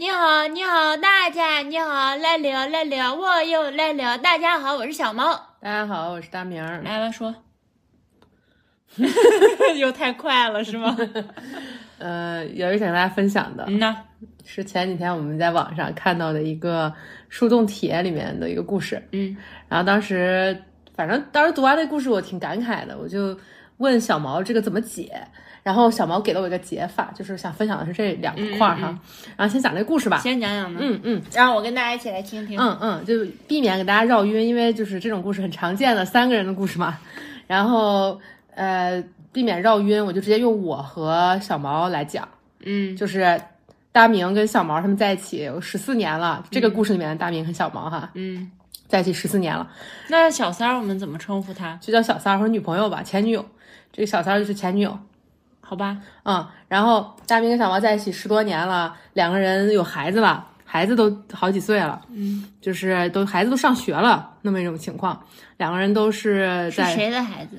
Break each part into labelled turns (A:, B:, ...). A: 你好，你好，大家你好，来了来了，我又来了。大家好，我是小猫。
B: 大家好，我是大明儿。
A: 来吧，说。 又太快了是吗？
B: 呃，有一想跟大家分享的
A: 嗯呐，
B: 是前几天我们在网上看到的一个树洞帖里面的一个故事，
A: 嗯，
B: 然后当时反正当时读完那故事我挺感慨的，我就问小毛这个怎么解，然后小毛给了我一个解法，就是想分享的是这两个块儿哈，然后先讲这个故事吧。
A: 嗯先讲讲吧。
B: 嗯嗯
A: 让我跟大家一起来听听。
B: 嗯嗯，就避免给大家绕晕，因为就是这种故事很常见的三个人的故事嘛。然后呃，避免绕晕，我就直接用我和小毛来讲。
A: 嗯
B: 就是大明跟小毛他们在一起有十四年了。这个故事里面，大明和小毛哈
A: 嗯，
B: 在一起十四年了，
A: 那小三儿我们怎么称呼他？
B: 就叫小三儿或者女朋友吧，前女友。这个小三儿就是前女友，
A: 好吧，
B: 嗯。然后大明跟小毛在一起十多年了，两个人有孩子了，孩子都好几岁了，
A: 嗯，
B: 就是都孩子都上学了，那么一种情况，两个人都是
A: 是
B: 在
A: 谁的孩子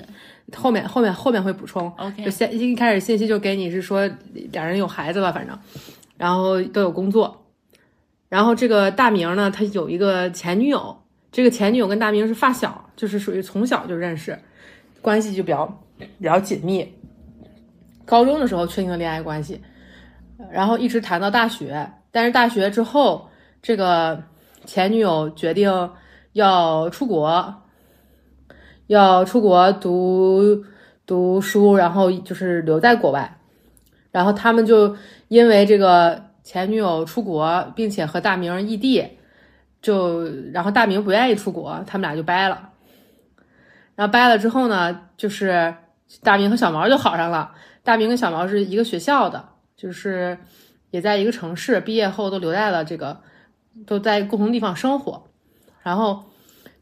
B: 后面后面后面会补充。
A: ？OK，
B: 就先一开始信息就给你是说两人有孩子了，反正，然后都有工作，然后这个大明呢，他有一个前女友，这个前女友跟大明是发小，就是属于从小就认识，关系就比较比较紧密。高中的时候确定了恋爱关系，然后一直谈到大学，但是大学之后，这个前女友决定要出国，要出国读读书，然后就是留在国外。然后他们就因为这个前女友出国，并且和大明异地，就然后大明不愿意出国，他们俩就掰了。然后掰了之后呢，就是大明和小毛就好上了。大明跟小毛是一个学校的，就是也在一个城市，毕业后都留在了这个，都在共同地方生活。然后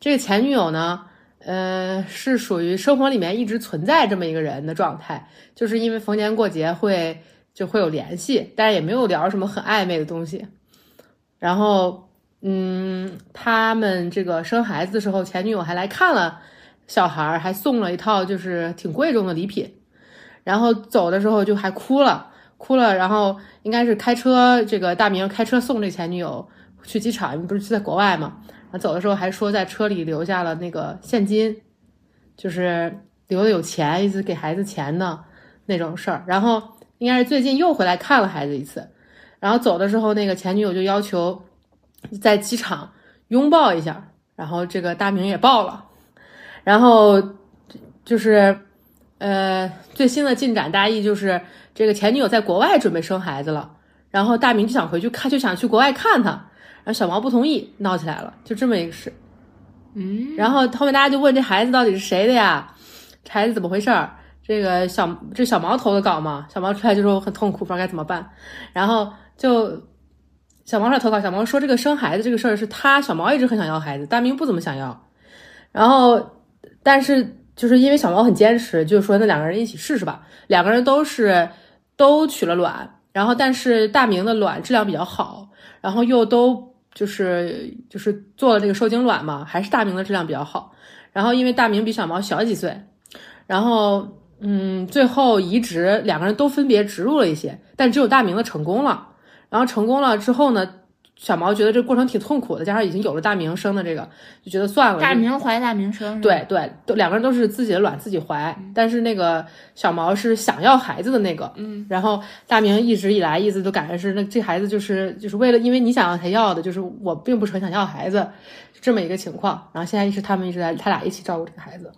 B: 这个前女友呢，呃，是属于生活里面一直存在这么一个人的状态，就是因为逢年过节会就会有联系，但是也没有聊什么很暧昧的东西。然后，嗯，他们这个生孩子的时候，前女友还来看了小孩儿，还送了一套就是挺贵重的礼品。然后走的时候就还哭了，哭了。然后应该是开车，这个大明开车送这前女友去机场，因为不是在国外嘛。然后走的时候还说在车里留下了那个现金，就是留的有钱，一直给孩子钱呢那种事儿。然后应该是最近又回来看了孩子一次，然后走的时候那个前女友就要求在机场拥抱一下，然后这个大明也抱了，然后就是呃最新的进展大意就是这个前女友在国外准备生孩子了，然后大明就想回去看，就想去国外看她。然后小毛不同意，闹起来了，就这么一个事。
A: 嗯，
B: 然后后面大家就问这孩子到底是谁的呀？这孩子怎么回事儿？这个小这小毛投的稿嘛，小毛出来就说我很痛苦，不知道该怎么办。然后就小毛来投稿，小毛说这个生孩子这个事儿是他小毛一直很想要孩子，大明不怎么想要。然后但是就是因为小毛很坚持，就说那两个人一起试试吧。两个人都是都取了卵，然后但是大明的卵质量比较好，然后又都就是就是做了这个受精卵嘛，还是大明的质量比较好。然后因为大明比小毛小几岁，然后嗯，最后移植两个人都分别植入了一些，但只有大明的成功了。然后成功了之后呢，小毛觉得这个过程挺痛苦的，加上已经有了大明生的这个，就觉得算了，
A: 大
B: 就
A: 明怀大明生，，
B: 对对，都两个人都是自己的卵自己怀，但是那个小毛是想要孩子的那个，嗯，然后大明一直以来一直都感觉是那这孩子就是就是为了因为你想要才要的，就是我并不是很想要孩子，就这么一个情况。然后现在是他们一直在他俩一起照顾这个孩子，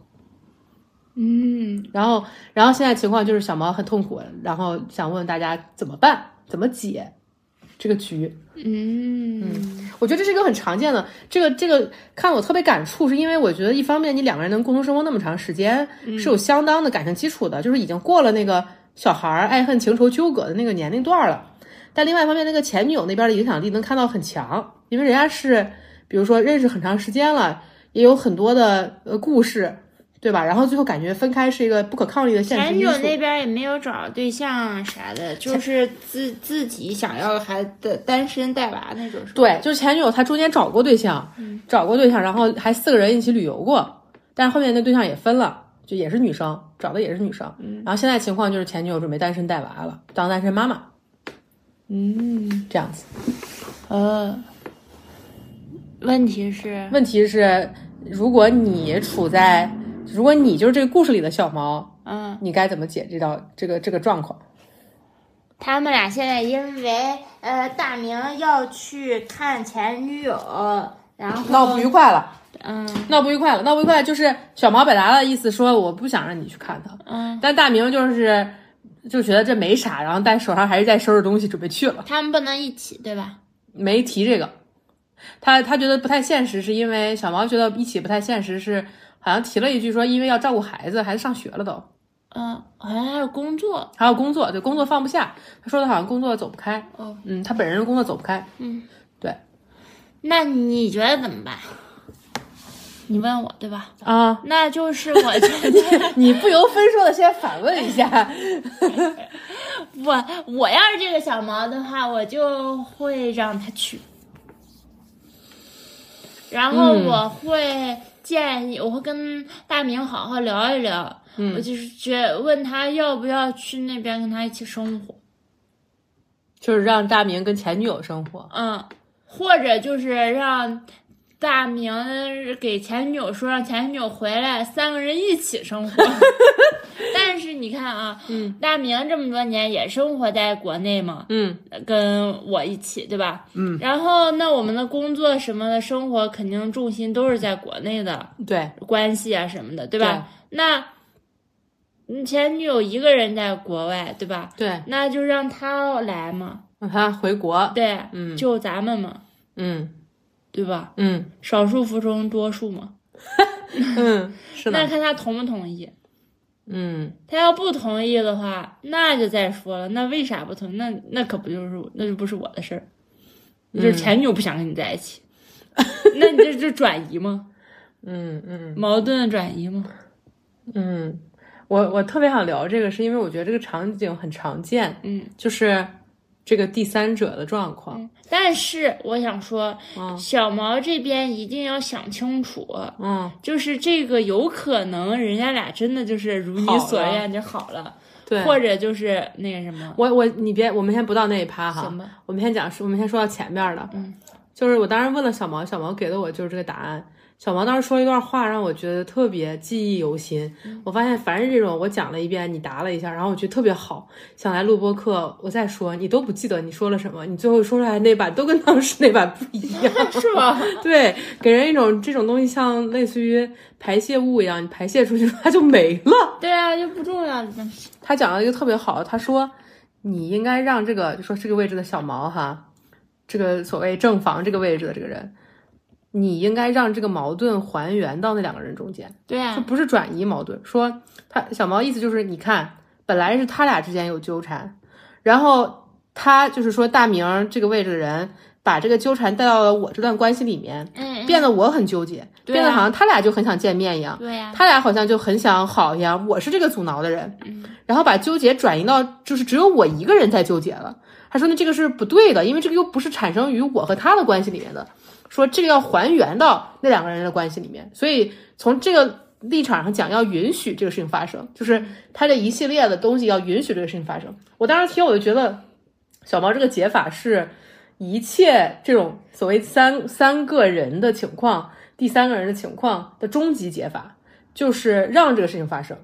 A: 嗯，
B: 然后然后现在情况就是小毛很痛苦，然后想问问大家怎么办，怎么解这个局？
A: 嗯，
B: 我觉得这是一个很常见的，这个这个看我特别感触，是因为我觉得一方面你两个人能共同生活那么长时间，
A: 嗯
B: 是有相当的感情基础的，就是已经过了那个小孩儿爱恨情仇纠葛的那个年龄段了。但另外一方面，那个前女友那边的影响力能看到很强，因为人家是比如说认识很长时间了，也有很多的呃故事，对吧？然后最后感觉分开是一个不可抗力的现实
A: 前女
B: 因
A: 友
B: 素。
A: 那边也没有找着对象啊啥的，就是自自己想要还的单身带娃那种。，
B: 对，就是前女友她中间找过对象，找过对象，然后还四个人一起旅游过，但是后面那对象也分了，就也是女生，找的也是女生。然后现在情况就是前女友准备单身带娃了，当单身妈妈
A: 嗯，
B: 这样子。
A: 呃，问题是，
B: 问题是，如果你处在，如果你就是这个故事里的小毛，
A: 嗯，
B: 你该怎么解这道这个这个状况？
A: 他们俩现在因为呃大明要去看前女友，然
B: 闹
A: 后
B: 不愉快了，
A: 嗯
B: 闹不愉快了，闹不愉快就是小毛表达的意思，说我不想让你去看他，
A: 嗯，
B: 但大明就是就觉得这没啥，然后但手上还是在收拾东西准备去了，
A: 他们不能一起对吧？
B: 没提这个。他他觉得不太现实，是因为小毛觉得一起不太现实，是好像提了一句说，因为要照顾孩子，孩子上学了都，
A: 嗯，好像还有工作，
B: 还有工作，对工作放不下。他说的好像工作走不开，
A: 哦，
B: 嗯，他本人的工作走不开。
A: 嗯，
B: 对。
A: 那你觉得怎么办？你问我对吧？
B: 啊，
A: 那就是我觉得
B: 你不由分说的先反问一下，
A: 我我要是这个小毛的话，我就会让他去，然后
B: 嗯
A: 我会建议，我会跟大明好好聊一聊，
B: 嗯
A: 我就是觉问他要不要去那边跟他一起生活，
B: 就是让大明跟前女友生活。
A: 嗯，或者就是让大明给前女友说，让前女友回来，三个人一起生 活。但是你看啊，
B: 嗯，
A: 大明这么多年也生活在国内嘛，
B: 嗯
A: 跟我一起，对吧？
B: 嗯。
A: 然后，那我们的工作什么的，生活肯定重心都是在国内的
B: 对，
A: 关系啊什么的，对吧？那你前女友一个人在国外，对吧？
B: 对，
A: 那就让她来嘛，
B: 让他回国。
A: 对，
B: 嗯
A: 就咱们嘛，
B: 嗯
A: 对吧？
B: 嗯
A: 少数服从多数嘛，
B: 嗯，是
A: 那
B: 的，
A: 看她同不同意。
B: 嗯
A: 她要不同意的话，那就再说了。那为啥不同意？那那可不就是我那就不是我的事儿，
B: 嗯
A: 就是前女友不想跟你在一起，那你这就转移吗？
B: 嗯嗯
A: 矛盾转移吗？
B: 嗯，我我特别想聊这个，是因为我觉得这个场景很常见，
A: 嗯
B: 就是这个第三者的状况。
A: 嗯。但是我想说，
B: 嗯
A: 小毛这边一定要想清楚，
B: 嗯，
A: 就是这个有可能人家俩真的就是如
B: 好
A: 你
B: 了
A: 所愿就好了，
B: 对，
A: 或者就是那个什么
B: 我我你别，我们先不到那一趴哈，
A: 什 么，
B: 我们先讲，我们先说到前面的，
A: 嗯，
B: 就是我当时问了小毛，小毛给的我就是这个答案。小毛当时说了一段话，让我觉得特别记忆犹新。
A: 嗯
B: 我发现凡是这种我讲了一遍，你答了一下，然后我觉得特别好，想来录播课，我再说你都不记得你说了什么，你最后说出来那版都跟当时那版不一样。
A: 是吧？
B: 对，给人一种这种东西像类似于排泄物一样，你排泄出去它就没了。
A: 对啊，就不重要了，真是
B: 他讲了一个特别好，他说你应该让这个就说这个位置的小毛哈，这个所谓正房这个位置的这个人，你应该让这个矛盾还原到那两个人中间，
A: 对
B: 就
A: 啊，
B: 不是转移矛盾。说他小毛意思就是，你看本来是他俩之间有纠缠，然后他就是说大明儿这个位置的人把这个纠缠带到了我这段关系里面，
A: 嗯，
B: 变得我很纠结，
A: 对啊
B: 变得好像他俩就很想见面一样。
A: 对啊呀、
B: 他俩好像就很想好一样，我是这个阻挠的人，
A: 嗯
B: 然后把纠结转移到就是只有我一个人在纠结了。他说那这个是不对的，因为这个又不是产生于我和他的关系里面的，说这个要还原到那两个人的关系里面。所以从这个立场上讲，要允许这个事情发生，就是他这一系列的东西要允许这个事情发生。我当时听我就觉得，小毛这个解法是一切这种所谓三三个人的情况，第三个人的情况的终极解法，就是让这个事情发生，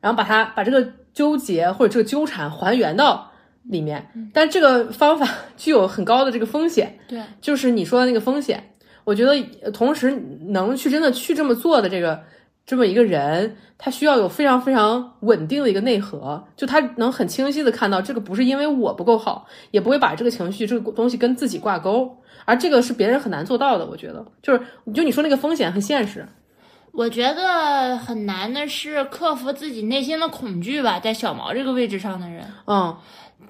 B: 然后把它把这个纠结或者这个纠缠还原到里面。但这个方法具有很高的这个风险，
A: 对，啊
B: 就是你说的那个风险。我觉得呃同时能去真的去这么做的这个这么一个人，他需要有非常非常稳定的一个内核，就他能很清晰的看到这个不是因为我不够好，也不会把这个情绪这个东西跟自己挂钩，而这个是别人很难做到的。我觉得就是就你说那个风险很现实，
A: 我觉得很难的是克服自己内心的恐惧吧，在小毛这个位置上的人，
B: 嗯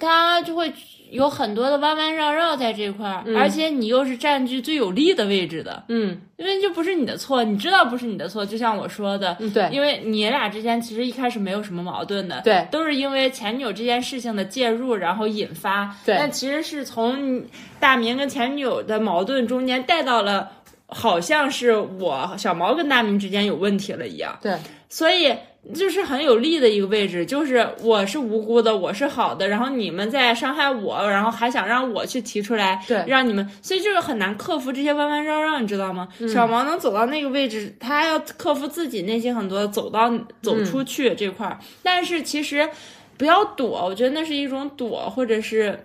A: 他就会有很多的弯弯绕绕在这块儿，而且你又是占据最有利的位置的，
B: 嗯
A: 因为这不是你的错，你知道不是你的错，就像我说的。
B: 嗯，对
A: 因为你俩之间其实一开始没有什么矛盾的，
B: 对
A: 都是因为前女友这件事情的介入，然后引发。
B: 对
A: 但其实是从大明跟前女友的矛盾中间带到了，好像是我小毛跟大明之间有问题了一样。
B: 对
A: 所以就是很有利的一个位置，就是我是无辜的，我是好的，然后你们在伤害我，然后还想让我去提出来，
B: 对
A: 让你们，所以就是很难克服这些弯弯绕绕，你知道吗？
B: 嗯
A: 小毛能走到那个位置，他要克服自己内心很多，走到走出去这块儿，但是其实不要躲，我觉得那是一种躲，或者是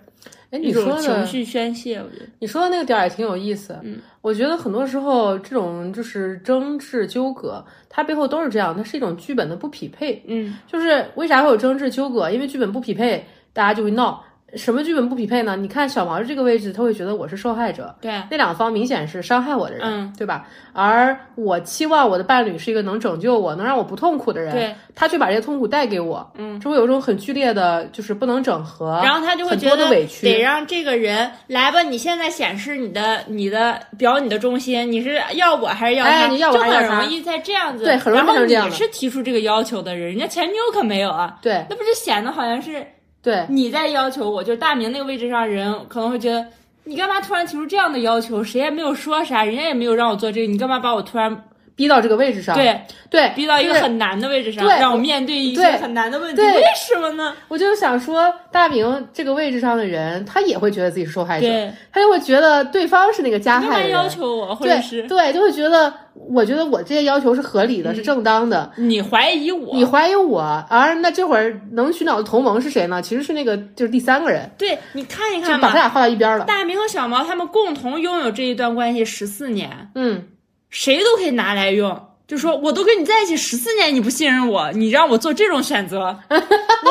B: 哎，
A: 一
B: 你
A: 种
B: 说
A: 情
B: 的
A: 绪宣泄，我觉得。
B: 你说的那个点儿也挺有意思。嗯，我觉得很多时候这种就是争执纠葛，它背后都是这样，它是一种剧本的不匹配。
A: 嗯，
B: 就是为啥会有争执纠葛？因为剧本不匹配，大家就会闹。什么剧本不匹配呢？你看小毛这个位置，他会觉得我是受害者，
A: 对，
B: 那两方明显是伤害我的人，
A: 嗯
B: 对吧？而我期望我的伴侣是一个能拯救我、能让我不痛苦的人，
A: 对，
B: 他却把这些痛苦带给我，
A: 嗯，
B: 就会有一种很剧烈的，就是不能整合，
A: 然后他就会
B: 啊很
A: 觉
B: 多
A: 得
B: 的委屈
A: 得让这个人来吧，你现在显示你的你的表你的忠心，你是要我还是要他？
B: 哎你要我还是要
A: 就
B: 他
A: 很容易在这样子，
B: 对很容易
A: 然后
B: 变成这样
A: 你
B: 的
A: 是提出这个要求的人，人家前女友可没有啊，
B: 对
A: 那不是显得好像是
B: 对，
A: 你在要求我，就是大明那个位置上人可能会觉得。你干嘛突然提出这样的要求？谁也没有说啥，人家也没有让我做这个，你干嘛把我突然
B: 逼到这个位置上，
A: 对
B: 啊对，
A: 逼到一个
B: 就是
A: 很难的位置上，
B: 对
A: 让我面对一些
B: 对
A: 很难的问题？
B: 对
A: 为什么呢？
B: 我就想说，大明这个位置上的人，他也会觉得自己是受害者，
A: 对，
B: 他就会觉得对方是那个加
A: 干嘛
B: 害
A: 要
B: 人，
A: 求我，或者
B: 对
A: 是
B: 对，就会觉得，我觉得我这些要求是合理
A: 嗯
B: 的，是正当的。
A: 你怀疑我？
B: 你怀疑我，而那这会儿能寻找的同盟是谁呢？其实是那个就是第三个人，
A: 对，你看一
B: 就
A: 看
B: 把他
A: 嘛，
B: 俩划到一边了。
A: 大明和小毛他们共同拥有这一段关系十四年，
B: 嗯，
A: 谁都可以拿来用。就说我都跟你在一起十四年，你不信任我，你让我做这种选 择，我们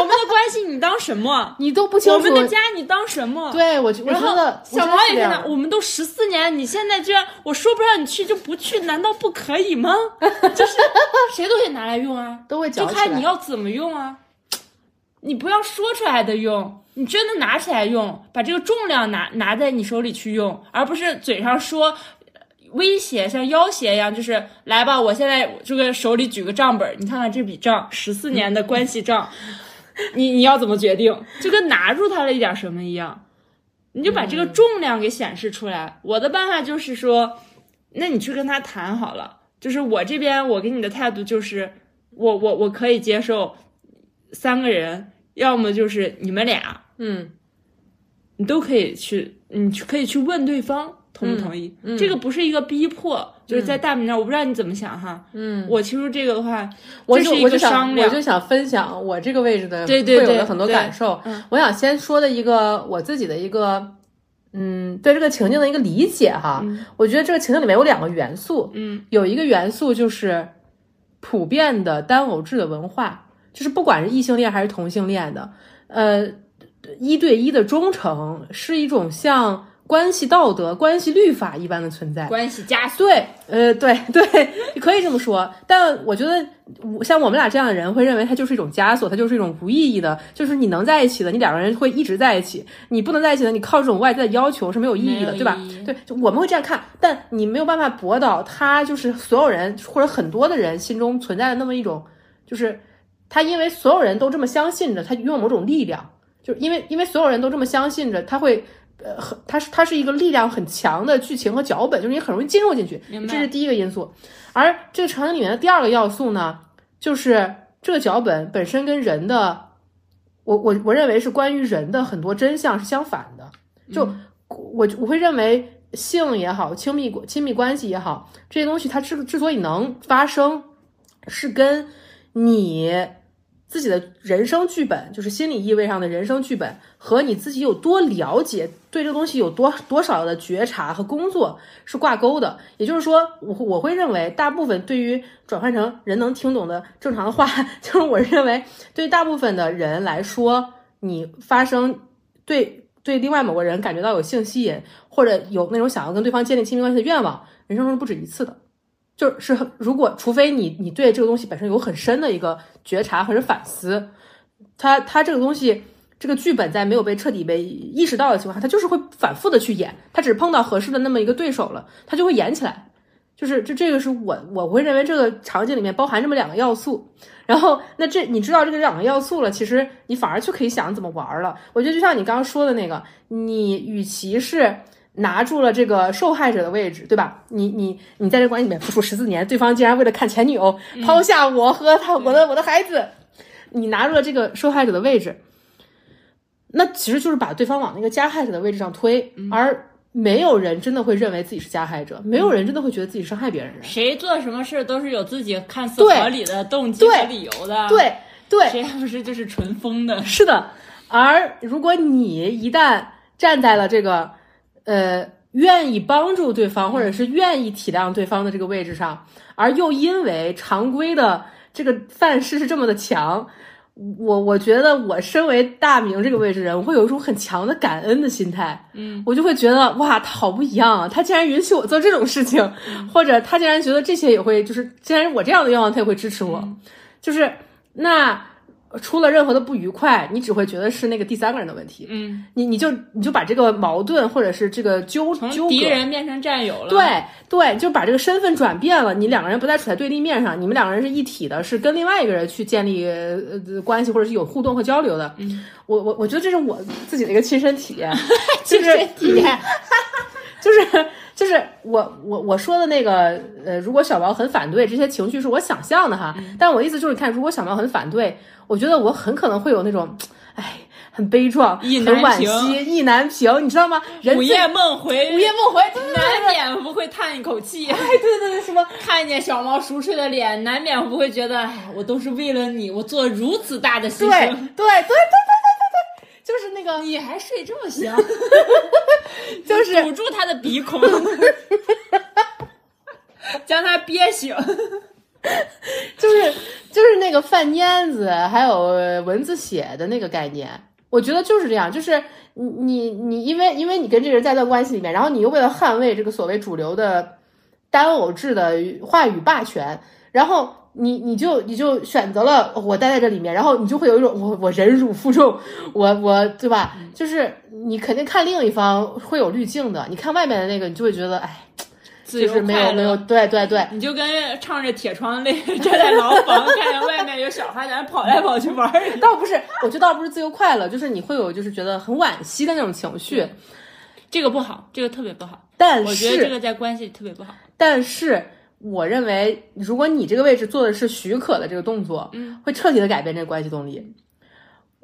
A: 的关系你当什么？
B: 你都不清
A: 我
B: 楚。
A: 们的家你当什么？
B: 对我觉，我
A: 然
B: 觉
A: 后
B: 得
A: 小毛也跟
B: 跟
A: 他，我们都十四年，你现在居然我说不让你去就不去，难道不可以 吗？就是谁都可以拿来用啊。
B: 都会
A: 就
B: 搅起
A: 看你
B: 来。
A: 要怎么用啊。你不要说出来的用，你真的拿起来用，把这个重量拿拿在你手里去用，而不是嘴上说呃威胁，像要挟一样，就是来吧，我现在这个手里举个账本儿，你看看这笔账，十四年的关系账，你你要怎么决定？就跟拿住它了一点什么一样，你就把这个
B: 嗯
A: 重量给显示出来。我的办法就是说，那你去跟他谈好了，就是我这边我给你的态度就是，我我我可以接受三个人，要么就是你们俩，
B: 嗯，
A: 你都可以去，你去可以去问对方同
B: 嗯
A: 不同意。这个不是一个逼迫，就是在大明那儿，我不知道你怎么想哈。嗯，我提出这个的话，
B: 我
A: 这
B: 就是
A: 一
B: 我就
A: 个
B: 想
A: 商
B: 我
A: 量。
B: 就想分享我这个位置的
A: 对对
B: 会有
A: 对
B: 的很多
A: 对嗯
B: 感受。我想先说的一个我自己的一个。嗯，对这个情境的一个理解哈，我觉得这个情境里面有两个元素，
A: 嗯，
B: 有一个元素就是普遍的单偶制的文化，就是不管是异性恋还是同性恋的，呃，一对一的忠诚是一种像关系道德、关系律法一般的存在。
A: 关系加速，
B: 对，呃，对 对，你可以这么说。但我觉得我，像我们俩这样的人，会认为它就是一种枷锁，它就是一种无意义的。就是你能在一起的，你两个人会一直在一起；你不能在一起的，你靠这种外在的要求是没有意义的，
A: 没有
B: 对吧
A: 意义？
B: 对，就我们会这样看，但你没有办法驳倒他，就是所有人或者很多的人心中存在的那么一种，就是他因为所有人都这么相信着，他拥有某种力量，就是因为因为所有人都这么相信着，他会。呃，很，它是它是一个力量很强的剧情和脚本，就是你很容易进入进去，
A: 明白
B: 这是第一个因素。而这个场景里面的第二个要素呢，就是这个脚本本身跟人的，我我我认为是关于人的很多真相是相反的。就
A: 嗯
B: 我我会认为性也好，亲密亲密关系也好，这些东西它之之所以能发生，是跟你自己的人生剧本，就是心理意味上的人生剧本，和你自己有多了解，对这个东西有多多少的觉察和工作是挂钩的。也就是说，我我会认为，大部分对于转换成人能听懂的正常的话，就是我认为，对于大部分的人来说，你发生对对另外某个人感觉到有性吸引，或者有那种想要跟对方建立亲密关系的愿望，人生中是不止一次的。就是很如果除非你你对这个东西本身有很深的一个觉察或者反思，它它这个东西这个剧本在没有被彻底被意识到的情况下，它就是会反复的去演，它只是碰到合适的那么一个对手了，它就会演起来。就是这这个是我我会认为这个场景里面包含这么两个要素，然后那这你知道这个两个要素了，其实你反而就可以想怎么玩了。我觉得就像你刚刚说的那个，你与其是拿住了这个受害者的位置，对吧？你你你在这关系里面付出十四年，对方竟然为了看前女友抛下我和他我的我的孩子，你拿住了这个受害者的位置，那其实就是把对方往那个加害者的位置上推，而没有人真的会认为自己是加害者，没有人真的会觉得自己伤害别人。
A: 谁做什么事都是有自己看似
B: 对
A: 合理的动机和
B: 对
A: 理由的。，
B: 对对，
A: 谁还不是就是纯疯的？
B: 是的，而如果你一旦站在了这个呃愿意帮助对方，或者是愿意体谅对方的这个位置上，而又因为常规的这个范式是这么的强。我我觉得我身为大明这个位置人，我会有一种很强的感恩的心态，
A: 嗯，
B: 我就会觉得哇，他好不一样啊！他竟然允许我做这种事情， 或者他竟然觉得这些也会，就是既然我这样的愿望，他也会支持我，就是那出了任何的不愉快，你只会觉得是那个第三个人的问题，
A: 嗯，
B: 你你就你就把这个矛盾或者是这个纠
A: 从
B: 纠
A: 敌
B: 葛。
A: 人变成战友了。
B: 对对，就把这个身份转变了，你两个人不再处在对立面上，你们两个人是一体的，是跟另外一个人去建立呃呃关系，或者是有互动和交流的。
A: 嗯
B: 我我我觉得这是我自己的一个亲身体验，就
A: 亲
B: 是
A: 身体验。
B: 就是就是我我我说的那个呃，如果小毛很反对这些情绪是我想象的哈，
A: 嗯
B: 但我意思就是，你看，如果小毛很反对，我觉得我很可能会有那种，哎，很悲壮、
A: 意
B: 很
A: 难
B: 惋
A: 平
B: 惜、意难平，你知道吗？人
A: 午
B: 最
A: 夜梦回，
B: 午夜梦回，对对对
A: 难免不会叹一口 气。
B: 对哎对对对，什么
A: 看见小猫熟睡的脸，难免不会觉得，哎，我都是为了你，我做如此大的牺
B: 对对对对对
A: 牲，
B: 对对对，就是那个
A: 你还睡这么香，
B: 就是
A: 堵住他的鼻 孔，将他憋醒。
B: 就是就是那个饭烟子还有蚊子血的那个概念，我觉得就是这样，就是你你你，因为因为你跟这个人在段关系里面，然后你又为了捍卫这个所谓主流的单偶制的话语霸权，然后。你你就你就选择了我待在这里面，然后你就会有一种我我忍辱负重，我我对吧？就是你肯定看另一方会有滤镜的，你看外面的那个，你就会觉得哎，
A: 自
B: 就
A: 由
B: 是没有
A: 快乐嗯
B: 没有，对对对，
A: 你就跟唱着《铁窗泪》 站在牢房，看见外面有小孩在那跑来跑去玩儿。
B: 倒不是，我觉得倒不是自由快乐，就是你会有就是觉得很惋惜的那种情绪。
A: 这个不好，这个特别不好。
B: 但
A: 嗯我觉得这
B: 是，
A: 个在关系里特别不好。
B: 但是，我认为如果你这个位置做的是许可的这个动作，
A: 嗯，
B: 会彻底的改变这个关系动力。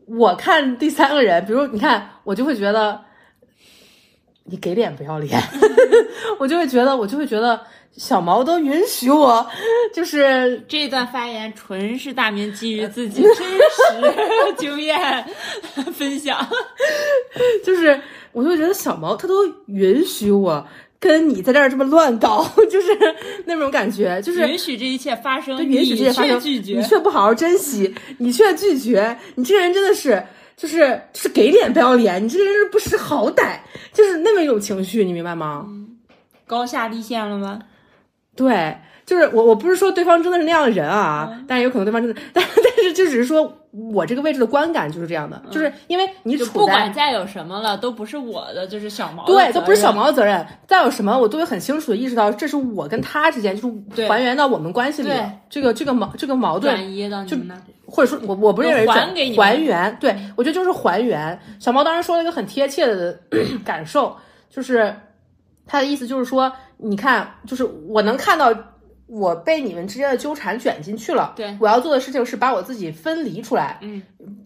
B: 我看第三个人，比如你看，我就会觉得你给脸不要脸，
A: 嗯
B: 我就会觉得，我就会觉得小毛都允许我，就是
A: 这一段发言纯是大明基于自己 真实经验分享。
B: 就是我就觉得小毛他都允许我跟你在这儿这么乱搞， 就是那种感觉，就是
A: 允许这一切发生，
B: 就允许这些发生，
A: 你却拒绝
B: 你。却不好好珍惜，你却拒绝，你这个人真的是。就是就是给脸不要脸，你这个人是不识好歹，就是那么一种情绪，你明白吗？
A: 嗯高下立现了吗？
B: 对，就是我我不是说对方真的是那样的人啊，
A: 嗯
B: 但是有可能对方真的，但 但是就只是说我这个位置的观感就是这样的，就是因为你
A: 嗯就
B: 处在
A: 不管再有什么了，都不是我的，就是小毛的责
B: 对，
A: 任。
B: 都不是小毛的责任。再有什么，我都会很清楚的意识到，这是我跟他之间，就是
A: 对
B: 还原到我们关系里
A: 对
B: 这个这个矛这个矛盾，
A: 转移到你们那儿。
B: 或者说我我不认为是
A: 还
B: 转
A: 给你们嗯
B: 还原。对我觉得就是还原。小毛当时说了一个很贴 切的感受，就是他的意思就是说，你看，就是我能看到。我被你们之间的纠缠卷进去了，
A: 对
B: 我要做的事情是把我自己分离出来，
A: 嗯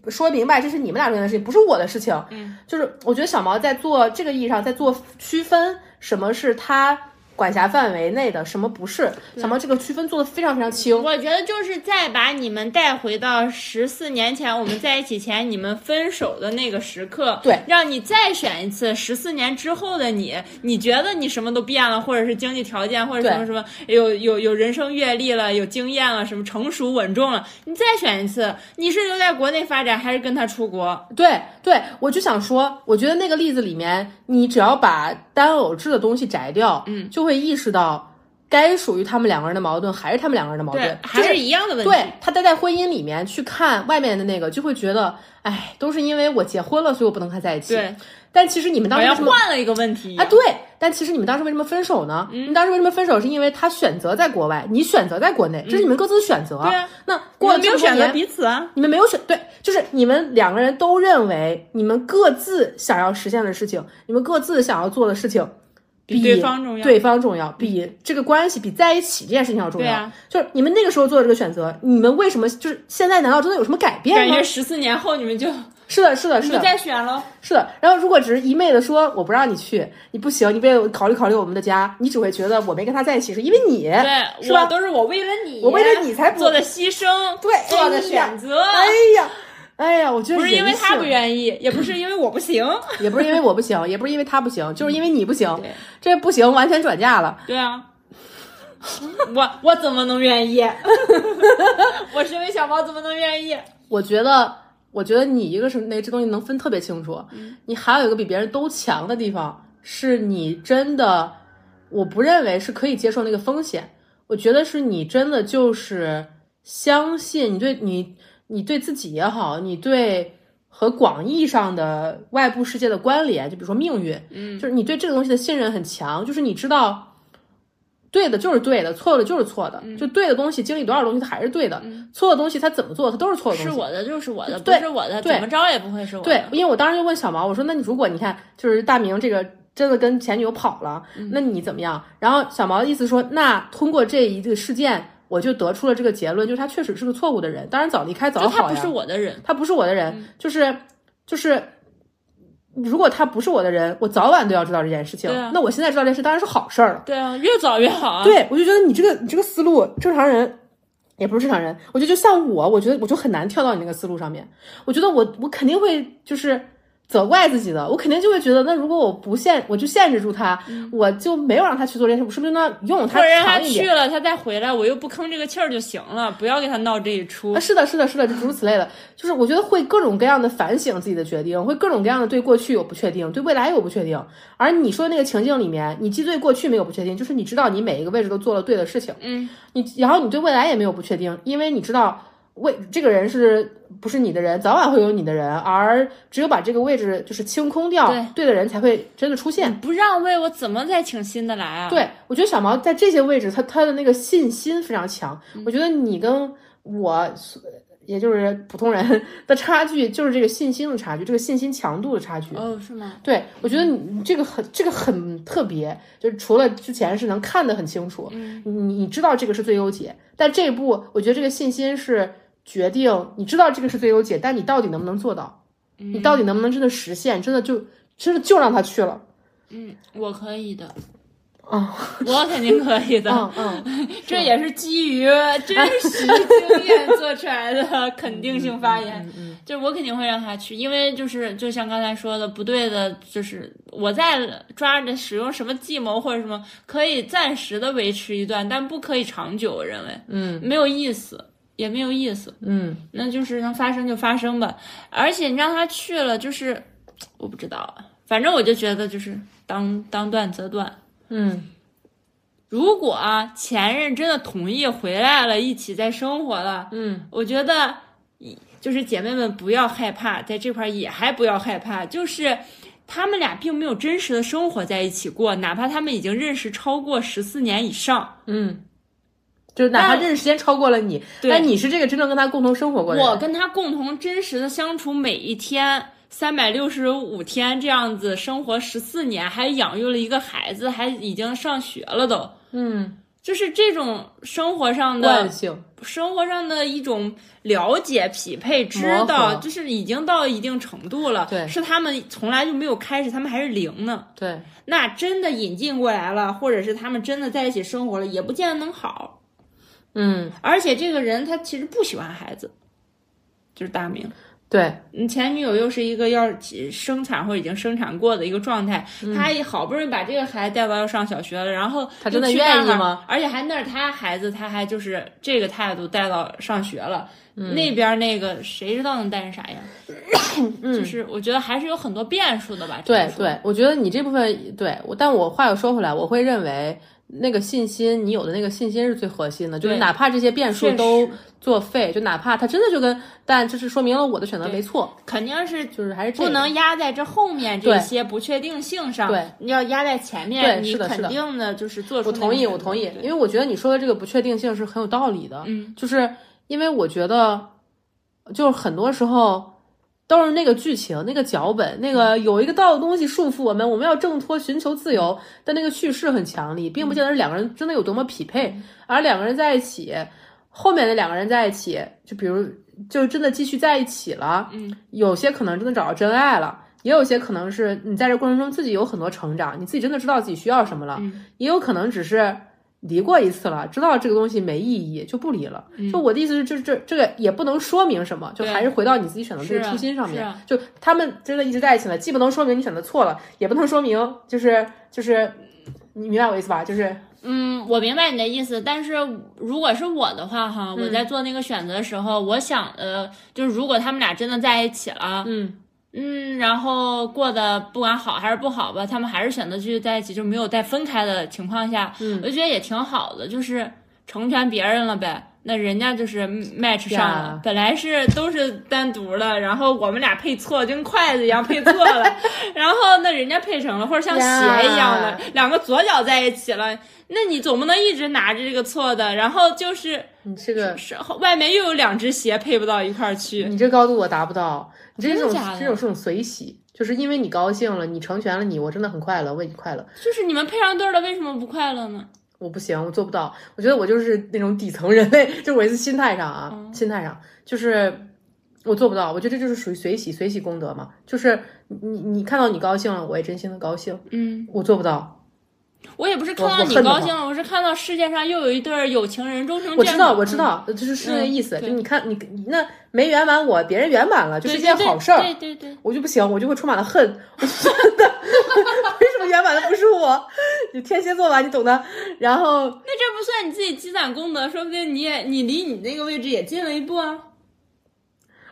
B: 说明白这是你们俩之间的事情，不是我的事情。
A: 嗯
B: 就是我觉得小毛在做这个意义上在做区分，什么是他管辖范围内的，什么不是。小毛这个区分做的非常非常清。
A: 我觉得就是再把你们带回到十四年前我们在一起前你们分手的那个时刻，
B: 对
A: 让你再选一次十四年之后的你，你觉得你什么都变了，或者是经济条件，或者什么什么有有有人生阅历了，有经验了，什么成熟稳重了，你再选一次，你是留在国内发展，还是跟他出国？
B: 对对，我就想说，我觉得那个例子里面，你只要把单偶制的东西摘掉，
A: 嗯，
B: 就会意识到，该属于他们两个人的矛盾还是他们两个人的矛
A: 对
B: 盾，，
A: 还
B: 就是
A: 是一样的问题。
B: 对他待在婚姻里面去看外面的那个，就会觉得，哎，都是因为我结婚了，所以我不能跟他在一起。
A: 对，
B: 但其实你们当
A: 好
B: 时
A: 像
B: 为什么
A: 换了一个问题一嗯
B: 啊，
A: 样
B: 对，但其实你们当时为什么分手呢？你们当时为什么分手？是因为他选择在国外，你选择在国内，这是你们各自的选择。
A: 对啊
B: 那过了
C: 没有
B: 这么多
C: 选择
B: 年
C: 彼此啊，
B: 你们没有选对，就是你们两个人都认为你们各自想要实现的事情，你们各自想要做的事情，比
C: 比对方重要
B: 对方重要，比这个关系，比在一起这件事情要重要。
A: 嗯对啊
B: 就是你们那个时候做的这个选择，你们为什么就是现在？难道真的有什么改变
A: 感
B: 吗
A: 觉？十四年后你们就
B: 是的，是的，
A: 你
B: 是
A: 们
B: 的，
A: 再选喽。
B: 是的。然后如果只是一昧的说我不让你去，你不行，你为了考虑考虑我们的家，你只会觉得我没跟他在一起是因为你。
A: 对，
B: 是吧
A: 我哎都是我为了你，
B: 我为了你才不
A: 做的牺牲，
B: 对
A: 做的
B: 哎呀
A: 选择，
B: 哎呀，哎呀，我觉得
A: 不是因为
B: 人
A: 他
B: 性
A: 不愿意，也不是因为我不行。
B: 也不是因为我不行，也不是因为他不行，就是因为你不行
A: 对，
B: 这不行，完全转嫁了。
A: 对啊， 我我怎么能愿意？ 我身为小猫怎么能愿意？
B: 我觉得，我觉得你一个是那这东西能分特别清楚，你还有一个比别人都强的地方，是你真的，我不认为是可以接受那个风险，我觉得是你真的就是相信你对你，你对自己也好，你对。和广义上的外部世界的关联，就比如说命运，嗯，就是你对这个东西的信任很强，就是你知道对的就是对的，错的就是错的，就对的东西，经历多少东西它还是对的，错的东西它怎么做它都是错的东西。
A: 是我的就是我的，不
B: 对
A: 是我的，
B: 对
A: 怎么着也不会是我的。
B: 对，因为我当时就问小毛，我说那你如果你看就是大明这个真的跟前女友跑了，
A: 嗯
B: 那你怎么样？然后小毛的意思说，那通过这一个事件，我就得出了这个结论，就是他确实是个错误的人，当然早离开早
A: 就他
B: 好
A: 不是
B: 呀，
A: 我嗯的人，
B: 他不是我的人，就是就是。如果他不是我的人，我早晚都要知道这件事情。
A: 对啊
B: 那我现在知道这件事当然是好事儿了。
A: 对啊，越早越好啊。
B: 对，我就觉得你这个你这个思路，正常人也不是正常人。我觉得就像我，我觉得我就很难跳到你那个思路上面。我觉得我我肯定会就是责怪自己的，我肯定就会觉得，那如果我不限，我就限制住他，我就没有让他去做这件事，我是不是就那用
A: 嗯或
B: 他
A: 者让他
B: 长一
A: 去
B: 点？
A: 了，他再回来，我又不吭这个气儿就行了，不要跟他闹这一出
B: 啊，。是的，是的，是的，就诸如此类的，就是我觉得会各种各样的反省自己的决定，会各种各样的对过去有不确定，对未来有不确定。而你说的那个情境里面，你既对过去没有不确定，就是你知道你每一个位置都做了对的事情，
A: 嗯，
B: 你然后你对未来也没有不确定，因为你知道为这个人是不是你的人，早晚会有你的人，而只有把这个位置就是清空掉，
A: 对嗯
B: 的人才会真的出现。
A: 不让位，我怎么再请新的来啊？，
B: 对，我觉得小毛在这些位置，他他的那个信心非常强。我觉得你跟我，也就是普通人的差距，就是这个信心的差距，这个信心强度的差距。
A: 哦，是吗？
B: 对，我觉得你这个很这个很特别，就是除了之前是能看得很清楚，
A: 嗯
B: 你你知道这个是最优解，但这一步我觉得这个信心是决定你知道这个是最优解，但你到底能不能做到，你到底能不能真的实现，真的就真的就让他去了，
A: 嗯，我可以的，
B: 啊、
A: 我肯定可以的。
B: 嗯嗯，
A: 这也是基于真实经验做出来的肯定性发言，就是我肯定会让他去，因为就是就像刚才说的，不对的，就是我在抓着使用什么计谋或者什么，可以暂时的维持一段，但不可以长久。我认为，
B: 嗯，
A: 没有意思，也没有意思，
B: 嗯，
A: 那就是能发生就发生吧。而且你让他去了，就是我不知道啊，反正我就觉得就是当当断则断，
B: 嗯
A: 如果啊前任真的同意回来了，一起再生活了，
B: 嗯，
A: 我觉得一就是姐妹们不要害怕，在这块儿也还不要害怕，就是他们俩并没有真实的生活在一起过，哪怕他们已经认识超过十四年以上，
B: 嗯，就是哪怕
A: 但
B: 认识时间超过了你，
A: 对
B: 但你是这个真正跟他共同生活过的人，
A: 我跟他共同真实的相处每一天。三百六十五天这样子生活十四年，还养育了一个孩子，还已经上学了都，
B: 嗯，
A: 就是这种生活上的
B: 惯性，
A: 生活上的一种了解、匹配、知
B: 磨合
A: 道，就是已经到一定程度了。
B: 对
A: 是他们从来就没有开始，他们还是零呢。
B: 对，
A: 那真的引进过来了，或者是他们真的在一起生活了，也不见得能好。
B: 嗯，
A: 而且这个人他其实不喜欢孩子，就是大明。
B: 对，
A: 你嗯前女友又是一个要起生产或者已经生产过的一个状态，她也好不容易把这个孩子带到要上小学了，然后
B: 嗯她真的
A: 又去那儿
B: 愿意吗？
A: 而且还那是她孩子，她还就是这个态度带到上学了，
B: 嗯
A: 那边那个谁知道能带成啥 样？就是我觉得还是有很多变数的吧。这
B: 嗯对
A: 么说，
B: 对，我觉得你这部分对我，但我话又说回来，我会认为那个信心，你有的那个信心是最核心的，就是
A: 对
B: 哪怕这些变数
A: 确实
B: 都作废，就哪怕它真的就跟，但这是说明了我的选择
A: 对
B: 没错，
A: 肯定是
B: 就是还是这
A: 不
B: 个
A: 能压在这后面这
B: 对
A: 些不确定性上，
B: 对，
A: 你要压在前面，
B: 对
A: 你
B: 是的是
A: 肯
B: 的
A: 定的就是做出
B: 我
A: 那
B: 同
A: 个
B: 意，
A: 选
B: 我
A: 择
B: 同意
A: 对，
B: 因为我觉得你说的这个不确定性是很有道理的，
A: 嗯，
B: 就是因为我觉得，就是很多时候都是那个剧情、那个脚本、
A: 嗯
B: 那个有一个道的东西束缚我们，我们要挣脱、寻求自由，但那个叙事很强力，并不见得是两个人真的有多么匹配，
A: 嗯
B: 而两个人在一起，后面的两个人在一起，就比如就真的继续在一起了，
A: 嗯，
B: 有些可能真的找到真爱了。也有些可能是你在这过程中自己有很多成长，你自己真的知道自己需要什么了，
A: 嗯
B: 也有可能只是离过一次了，知道这个东西没意义就不离了。就我的意思是，这这这个也不能说明什么，就
A: 对
B: 还是回到你自己选择这
A: 是
B: 个
A: 啊
B: 初心上
A: 是
B: 面。
A: 啊
B: 就他们真的一直在一起了，既不能说明你选择错了，也不能说明就是就是你明白我意思吧？就是
A: 嗯，我明白你的意思，但是如果是我的话，哈，我在做那个选择的时候，我想的就是，如果他们俩真的在一起了，
B: 嗯，
A: 嗯，然后过得不管好还是不好吧，他们还是选择继续在一起，就没有再分开的情况下，嗯，我就觉得也挺好的，就是成全别人了呗。那人家就是 match 上了
B: 呀
A: 本来是都是单独的，然后我们俩配错，就跟筷子一样配错了，然后那人家配成了，或者像
B: 呀
A: 鞋一样的两个左脚在一起了，那你总不能一直拿着这个错的，然后就是
B: 你这个
A: 是外面又有两只鞋配不到一块儿去，
B: 你这高度我达不到，你这
A: 真的
B: 种
A: 假的
B: 这种是种随喜，就是因为你高兴了，你成全了你，我真的很快乐，为你快乐。
A: 就是你们配上对儿了，为什么不快乐呢？
B: 我不行，我做不到。我觉得我就是那种底层人类，就是我一次心态上啊，
A: 哦
B: 心态上就是我做不到。我觉得这就是属于随喜，随喜功德嘛。就是你你你看到你高兴了，我也真心的高兴。
A: 嗯，
B: 我做不到，
A: 我也不是看到
B: 我
A: 你
B: 恨得
A: 高
B: 慌
A: 兴了，我是看到世界上又有一对儿有情人终成眷属。
B: 我知道，我知道，呃就是是那
A: 嗯
B: 意思。
A: 对
B: 就你看你你那没圆满我，别人圆满了，就
A: 对，
B: 是一
A: 对
B: 件
A: 对
B: 好事儿。
A: 对对对，
B: 我就不行，我就会充满了恨。我就觉得 为什么圆满的不是我？你天蝎座吧，你懂的。然后
A: 那这不算你自己积攒功德，说不定你也你离你那个位置也近了一步啊。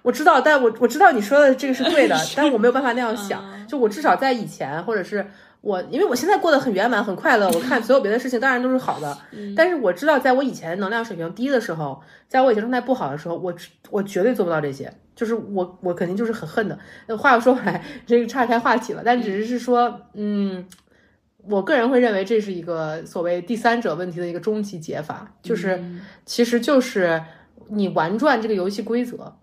B: 我知道，但我我知道你说的这个 是嗯对的，但我没有办法那样想。就我至少在以前，或者是我，因为我现在过得很圆满、很快乐，我看所有别的事情当然都是好的。但 是我知道，在我以前能量水平低的时候，在我以前状态不好的时候，我我绝对做不到这些。就是我，我肯定就是很恨的。那话又说回来，这个岔开话题了，但只是是说，嗯，我个人会认为这是一个所谓第三者问题的一个终极解法，就是、其实就是你玩转这个游戏规则。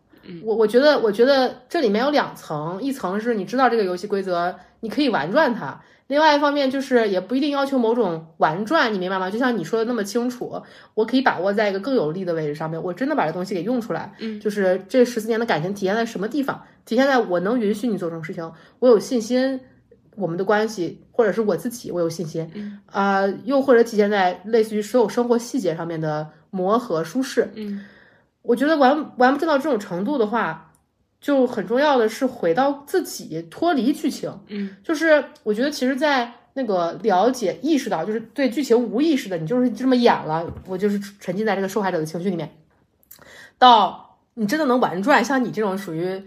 B: 我我觉得，我觉得这里面有两层，一层是你知道这个游戏规则，你可以玩转它；另外一方面就是也不一定要求某种玩转，你明白吗？就像你说的那么清楚，我可以把握在一个更有利的位置上面，我真的把这东西给用出来。嗯，就是这十四年的感情体现在什么地方？体现在我能允许你做这种事情，我有信心。我们的关系，或者是我自己，我有信心，啊、又或者体现在类似于所有生活细节上面的磨合、舒适，
A: 嗯，
B: 我觉得玩玩不正到这种程度的话，就很重要的是回到自己，脱离剧情。
A: 嗯，
B: 就是我觉得其实，在那个了解、意识到，就是对剧情无意识的，你就是这么演了，我就是沉浸在这个受害者的情绪里面，到你真的能玩转，像你这种属于，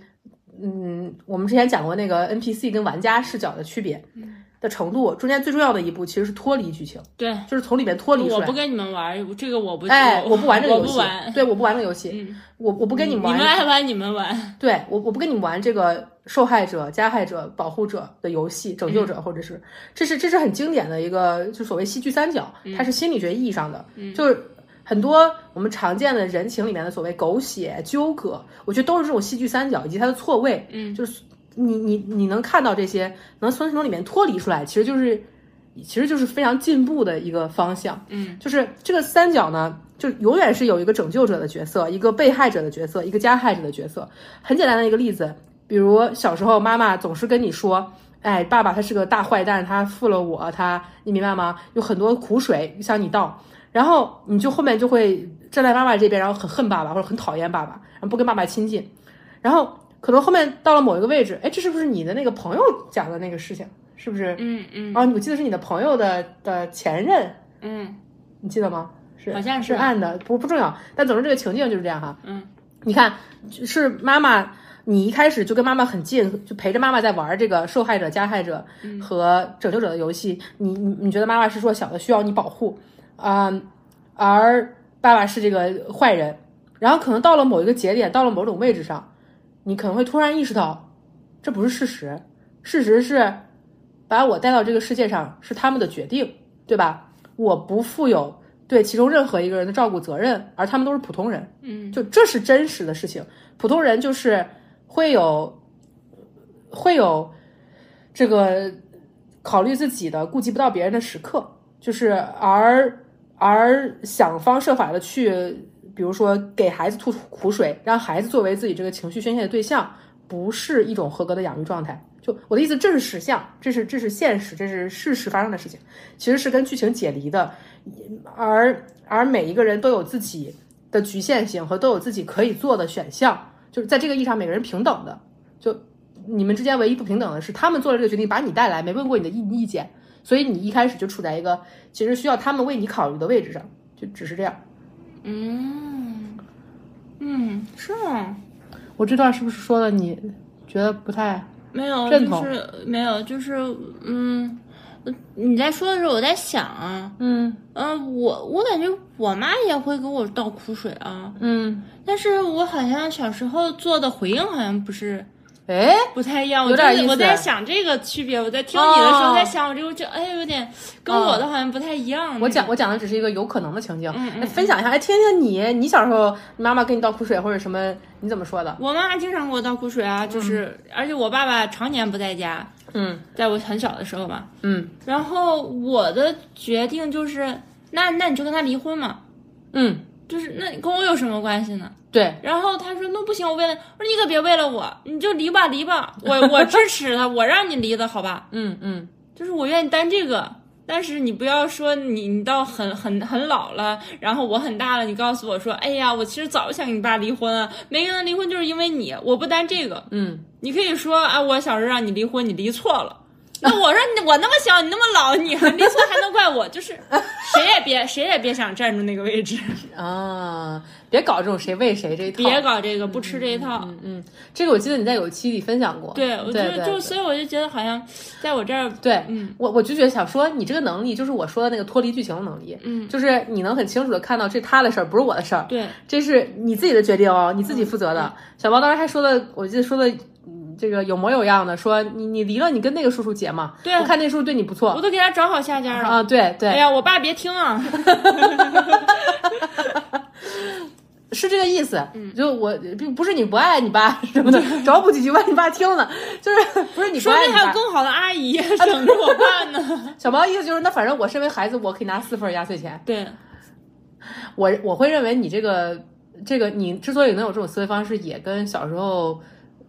B: 嗯，我们之前讲过那个 NPC 跟玩家视角的区别
A: 嗯
B: 的程度，中间最重要的一步其实是脱离剧情，
A: 对，
B: 就是从里面脱离出
A: 我
B: 来
A: 不。跟你们玩儿，这个我不，
B: 哎，
A: 我
B: 我不玩这个
A: 我
B: 游
A: 不
B: 戏，
A: 玩，嗯
B: 对，我不玩这个游戏，我我不跟你
A: 你
B: 们玩
A: 们爱玩你们玩，
B: 对我，我不跟你玩这个受害者、加害者、保护者的游戏，拯救
A: 嗯
B: 者或者是，这是这是很经典的一个，就所谓戏剧三角，
A: 嗯
B: 它是心理学意义上的，就是很多我们常见的人情里面的所谓狗血纠葛，我觉得都是这种戏剧三角以及它的错位，
A: 嗯
B: 就是你你你能看到这些，能从从里面脱离出来，其实就是其实就是非常进步的一个方向。
A: 嗯，
B: 就是这个三角呢，就永远是有一个拯救者的角色，一个被害者的角色，一个加害者的角色。很简单的一个例子，比如小时候妈妈总是跟你说。哎，爸爸他是个大坏蛋，他负了我，他你明白吗？有很多苦水向你倒，然后你就后面就会站在妈妈这边，然后很恨爸爸或者很讨厌爸爸，然后不跟爸爸亲近，然后可能后面到了某一个位置，哎，这是不是你的那个朋友讲的那个事情？是不是？
A: 嗯嗯
B: 啊，我记得是你的朋友的的前任，
A: 嗯
B: 你记得吗？是
A: 好像是
B: 是暗的，不不重要。但总之这个情境就是这样哈。
A: 嗯，
B: 你看，是妈妈，你一开始就跟妈妈很近，就陪着妈妈在玩这个受害者、加害者
A: 嗯
B: 和拯救者的游戏。你你你觉得妈妈是说小的需要你保护啊、嗯而爸爸是这个坏人。然后可能到了某一个节点，到了某种位置上，你可能会突然意识到，这不是事实，事实是把我带到这个世界上是他们的决定，对吧？我不负有对其中任何一个人的照顾责任，而他们都是普通人。
A: 嗯，
B: 就这是真实的事情。普通人就是会有会有这个考虑自己的、顾及不到别人的时刻，就是而而想方设法的去，比如说给孩子吐苦水，让孩子作为自己这个情绪宣泄的对象，不是一种合格的养育状态。就我的意思，这是实相，这是这是现实，这是事实发生的事情，其实是跟剧情解离的。而而每一个人都有自己的局限性和都有自己可以做的选项，就是在这个意义上，每个人平等的。就你们之间唯一不平等的是，他们做了这个决定，把你带来，没问过你的意意见，所以你一开始就处在一个其实需要他们为你考虑的位置上，就只是这样。
A: 嗯嗯，是吗？
B: 我这段是不是说的你觉得不太？
A: 没有，
B: 认
A: 就
B: 同
A: 是没有，就是嗯，你在说的时候，我在想啊，
B: 嗯
A: 嗯、我我感觉我妈也会给我倒苦水啊，
B: 嗯，
A: 但是我好像小时候做的回应好像不是
B: 哎，
A: 不太一样，
B: 有点
A: 我就
B: 意
A: 是
B: 思啊
A: 我在想这个区别，我在听你的时候
B: 哦
A: 在想，我这个就哎有点跟我的好像不太一样。
B: 我讲
A: 那种
B: 我讲的只是一个有可能的情境，
A: 嗯嗯
B: 哎分享一下，哎，听听你，你小时候你妈妈给你倒苦水或者什么，你怎么说的？
A: 我妈经常给我倒苦水啊，就是、而且我爸爸常年不在家，
B: 嗯
A: 在我很小的时候吧，
B: 嗯
A: 然后我的决定就是，那那你就跟他离婚嘛，
B: 嗯，
A: 就是那跟我有什么关系呢？
B: 对，
A: 然后他说那不行，我为了我说你可别为了我，你就离吧离吧，我我支持他，我让你离的好吧，
B: 嗯嗯
A: 就是我愿意担这个。但是你不要说你你到很很很老了，然后我很大了，你告诉我说，哎呀，我其实早就想跟你爸离婚了，没跟他离婚就是因为你，我不担这个，
B: 嗯，
A: 你可以说啊，我小时候让你离婚，你离错了。那我说你我那么小，你那么老，你还离错还能怪我？就是 谁也别谁也别想站住那个位置，
B: 啊，别搞这种谁为谁这一套，
A: 别搞这个，不吃这一套。
B: 嗯，这个我记得你在有一期里分享过。
A: 对，我就
B: 对对
A: 就所以我就觉得好像在我这儿，
B: 对，
A: 嗯
B: 我我就觉得想说，你这个能力就是我说的那个脱离剧情的能力，
A: 嗯
B: 就是你能很清楚的看到这是他的事儿，不是我的事儿，
A: 对，
B: 这是你自己的决定哦，你自己
A: 嗯
B: 负责的。小猫当时还说的，我记得说的，嗯这个有模有样的，说你你离了，你跟那个叔叔结嘛，
A: 对啊
B: 我看那叔叔对你不
A: 我
B: 错
A: 都给他找好下家了。
B: 啊，对对，
A: 哎呀，我爸别听啊！
B: 是这个意思，
A: 嗯
B: 就我并不是你不爱你爸什么的，找补几句万一你爸听了， 就是不是你不
A: 说
B: 爱
A: 不
B: 你
A: 定还
B: 爸
A: 有。更好的阿姨 等着我爸呢。
B: 小猫意思就是，那反正我身为孩子，我可以拿四份压岁钱，
A: 对，
B: 我我会认为你这个这个你之所以能有这种思维方式，也跟小时候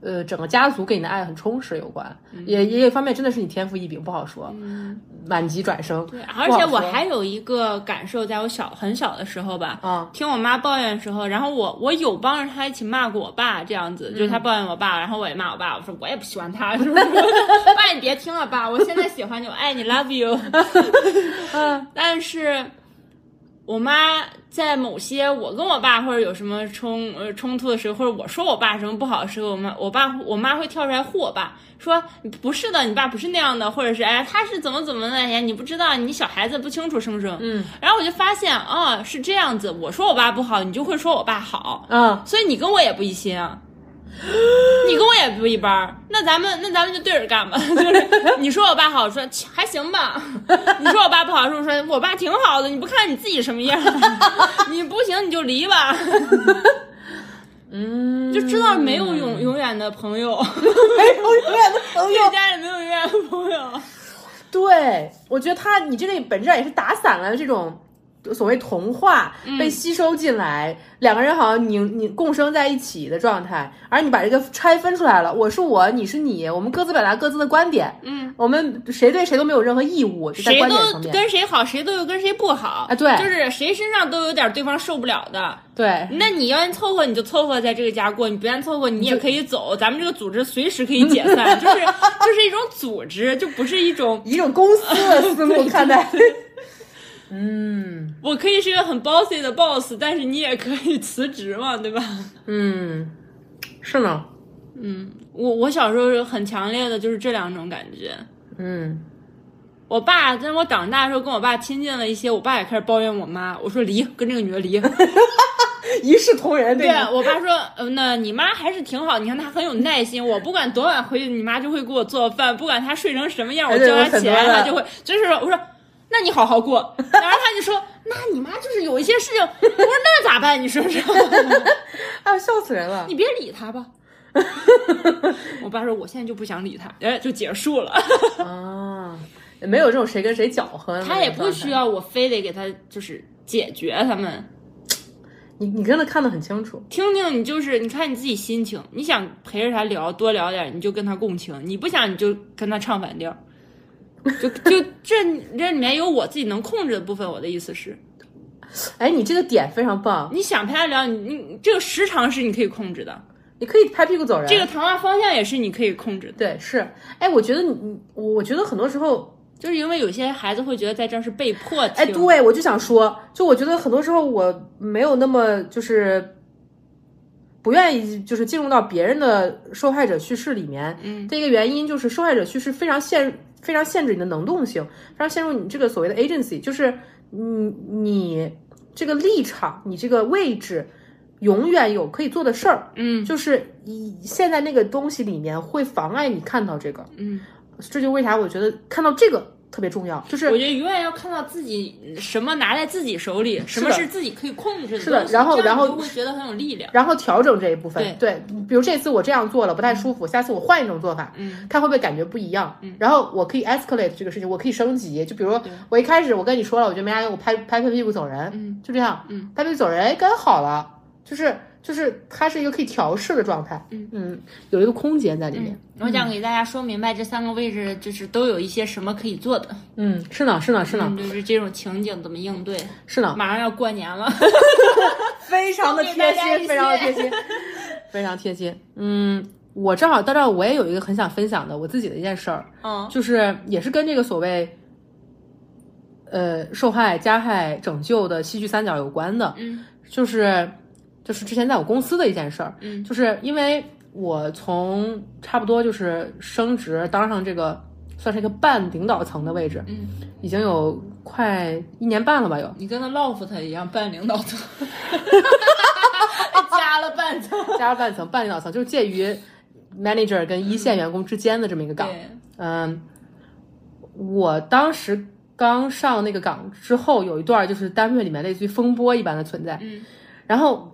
B: 呃整个家族给你的爱很充实有关，
A: 嗯
B: 也也有一方面真的是你天赋异禀，不好说，满级转生，
A: 对而且我还有一个感受，在我小很小的时候吧，
B: 啊
A: 听我妈抱怨的时候，然后我我有帮着她一起骂过我爸，这样子，
B: 嗯
A: 就是她抱怨我爸，然后我也骂我爸，我说我也不喜欢 他，是不是？爸你别听了，爸，我现在喜欢你，我爱你，love you。
B: 嗯
A: 但是我妈在某些我跟我爸或者有什么冲呃冲突的时候，或者我说我爸什么不好的时候，我妈我爸我妈会跳出来护我爸，说你不是的，你爸不是那样的，或者是哎他是怎么怎么的，哎呀你不知道，你小孩子不清楚什么什么。
B: 嗯
A: 然后我就发现啊、是这样子，我说我爸不好，你就会说我爸好，
B: 嗯，
A: 所以你跟我也不一心啊。 你跟我也不一般儿，那咱们那咱们就对着干吧。 就是你说我爸好，我说切还行吧； 你说我爸不好，说说我爸挺好的。你不看你自己什么样儿， 你不行你就离吧。 嗯， 就知道没有
B: 嗯
A: 永永远的朋友， 哎
B: 没有永远的 朋友
A: 这个。家里没有永远的朋 友。
B: 对，我觉得他你这个本质上也是打散了这种所谓童话
A: 嗯
B: 被吸收进来，两个人好像凝凝共生在一起的状态，而你把这个拆分出来了，我是我，你是你，我们各自表达各自的观点，
A: 嗯，
B: 我们谁对谁都没有任何义务，就在
A: 谁
B: 观点
A: 都
B: 层面，
A: 跟谁好，谁都有跟谁不好
B: 啊对
A: 就是谁身上都有点对方受不了的。
B: 对。
A: 那你要愿意凑合，你就凑合在这个家过；你不愿意凑合，你也可以走。咱们这个组织随时可以解散， 就是就是一种组织，就不是一种
B: 以一种公司的思路看待，嗯
A: 我可以是一个很 bossy 的 boss，但是你也可以辞职嘛，对吧？
B: 嗯，是呢，
A: 我我小时候有很强烈的就是这两种感觉。
B: 嗯
A: 我爸，但我长大的时候跟我爸亲近了一些，我爸也开始抱怨我妈。我说离，跟这个女的离。啊
B: 一视同仁，
A: 对
B: 对吧
A: 我爸说，呃那你妈还是挺好，你看她很有耐心。我不管多晚回去，你妈就会给我做饭，不管她睡成什么样，我
B: 哎对
A: 交
B: 我
A: 她
B: 很
A: 钱，
B: 多的
A: 她就会。就是我说，那你好好 过。然后他就说，那你妈就是有一些事情，我说那咋办？你说说，
B: 啊，笑死人了
A: 你。别理 她吧。我爸说，我现在就不想理她，哎，就结束了。
B: 嗯 啊，没有这种谁跟谁搅和的那种状态，
A: 他也不需要我非得给他就是解决他们。
B: 你，你真的看得很清楚。
A: 听听你就是，你看你自己心情，你想陪着他聊，多聊点，你就跟他共情；你不想，你就跟他唱反调。 就就这这里面有我自己能控制的部分。我的意思是，
B: 哎，你这个点非常棒，
A: 你想陪他聊，你你这个时长是你可以控制的，
B: 你可以拍屁股走人。
A: 这个谈话方向也是你可以控制的。
B: 对是，哎，我觉得你，你我我觉得很多时候
A: 就是因为有些孩子会觉得在这儿是被迫听，
B: 哎，对，我就想说，就我觉得很多时候我没有那么就是不愿意，就是进入到别人的受害者叙事里面。
A: 嗯，
B: 这个原因就是受害者叙事非常限非常限制你的能动性，非常限制你这个所谓的 agency，就是你你这个立场，你这个位置。永远有可以做的事儿，
A: 嗯
B: 就是以现在那个东西里面会妨碍你看到这个，
A: 嗯，
B: 这就为啥我觉得看到这个特别重要，就是
A: 我觉得永远要看到自己什么拿在自己手里，什么
B: 的
A: 是自己可以控制的东西，
B: 是的然后
A: 这样
B: 然后
A: 你就会觉得很有力量。
B: 然后调整这一部分。
A: 对
B: 比如这次我这样做了不太舒服，下次我换一种做法，
A: 嗯
B: 看会不会感觉不一样。
A: 嗯
B: 然后我可以 escalate 这个事情，我可以升级。就比如说
A: 对
B: 我一开始我跟你说了，我觉得没啥用，我拍拍拍屁股走人，
A: 嗯
B: 就这样，
A: 嗯，
B: 拍屁股走人，哎，刚好了，就是就是它是一个可以调试的状态，
A: 嗯
B: 有一个空间在里面。
A: 我想给大家说明白这三个位置，就是都有一些什么可以做的，
B: 嗯，是呢，是呢， 是呢
A: 嗯，，就是这种情景怎么应对。
B: 是呢，
A: 马上要过年了，
B: 非常的
A: 送给大
B: 贴
A: 家
B: 心，
A: 一
B: 非常的
A: 些
B: 贴心， 非常贴心。嗯，我正好到这儿，我也有一个很想分享的我自己的一件事儿。
A: 嗯
B: 就是也是跟这个所谓，呃，受害、加害、拯救的戏剧三角有关的，
A: 嗯
B: 就是就是之前在我公司的一件事儿，
A: 嗯
B: 就是因为我从差不多就是升职当上这个算是一个半领导层的位置，
A: 嗯，
B: 已经有快一年半了吧，有
A: 你跟那 love 他一样，半领导 层，加了半层，
B: 加了半层、半领导层，就是介于 manager 跟一线员工之间的这么一个岗。
A: 对，
B: 嗯，我当时刚上那个岗之后，有一段就是单位里面类似于风波一般的存在。
A: 嗯
B: 然后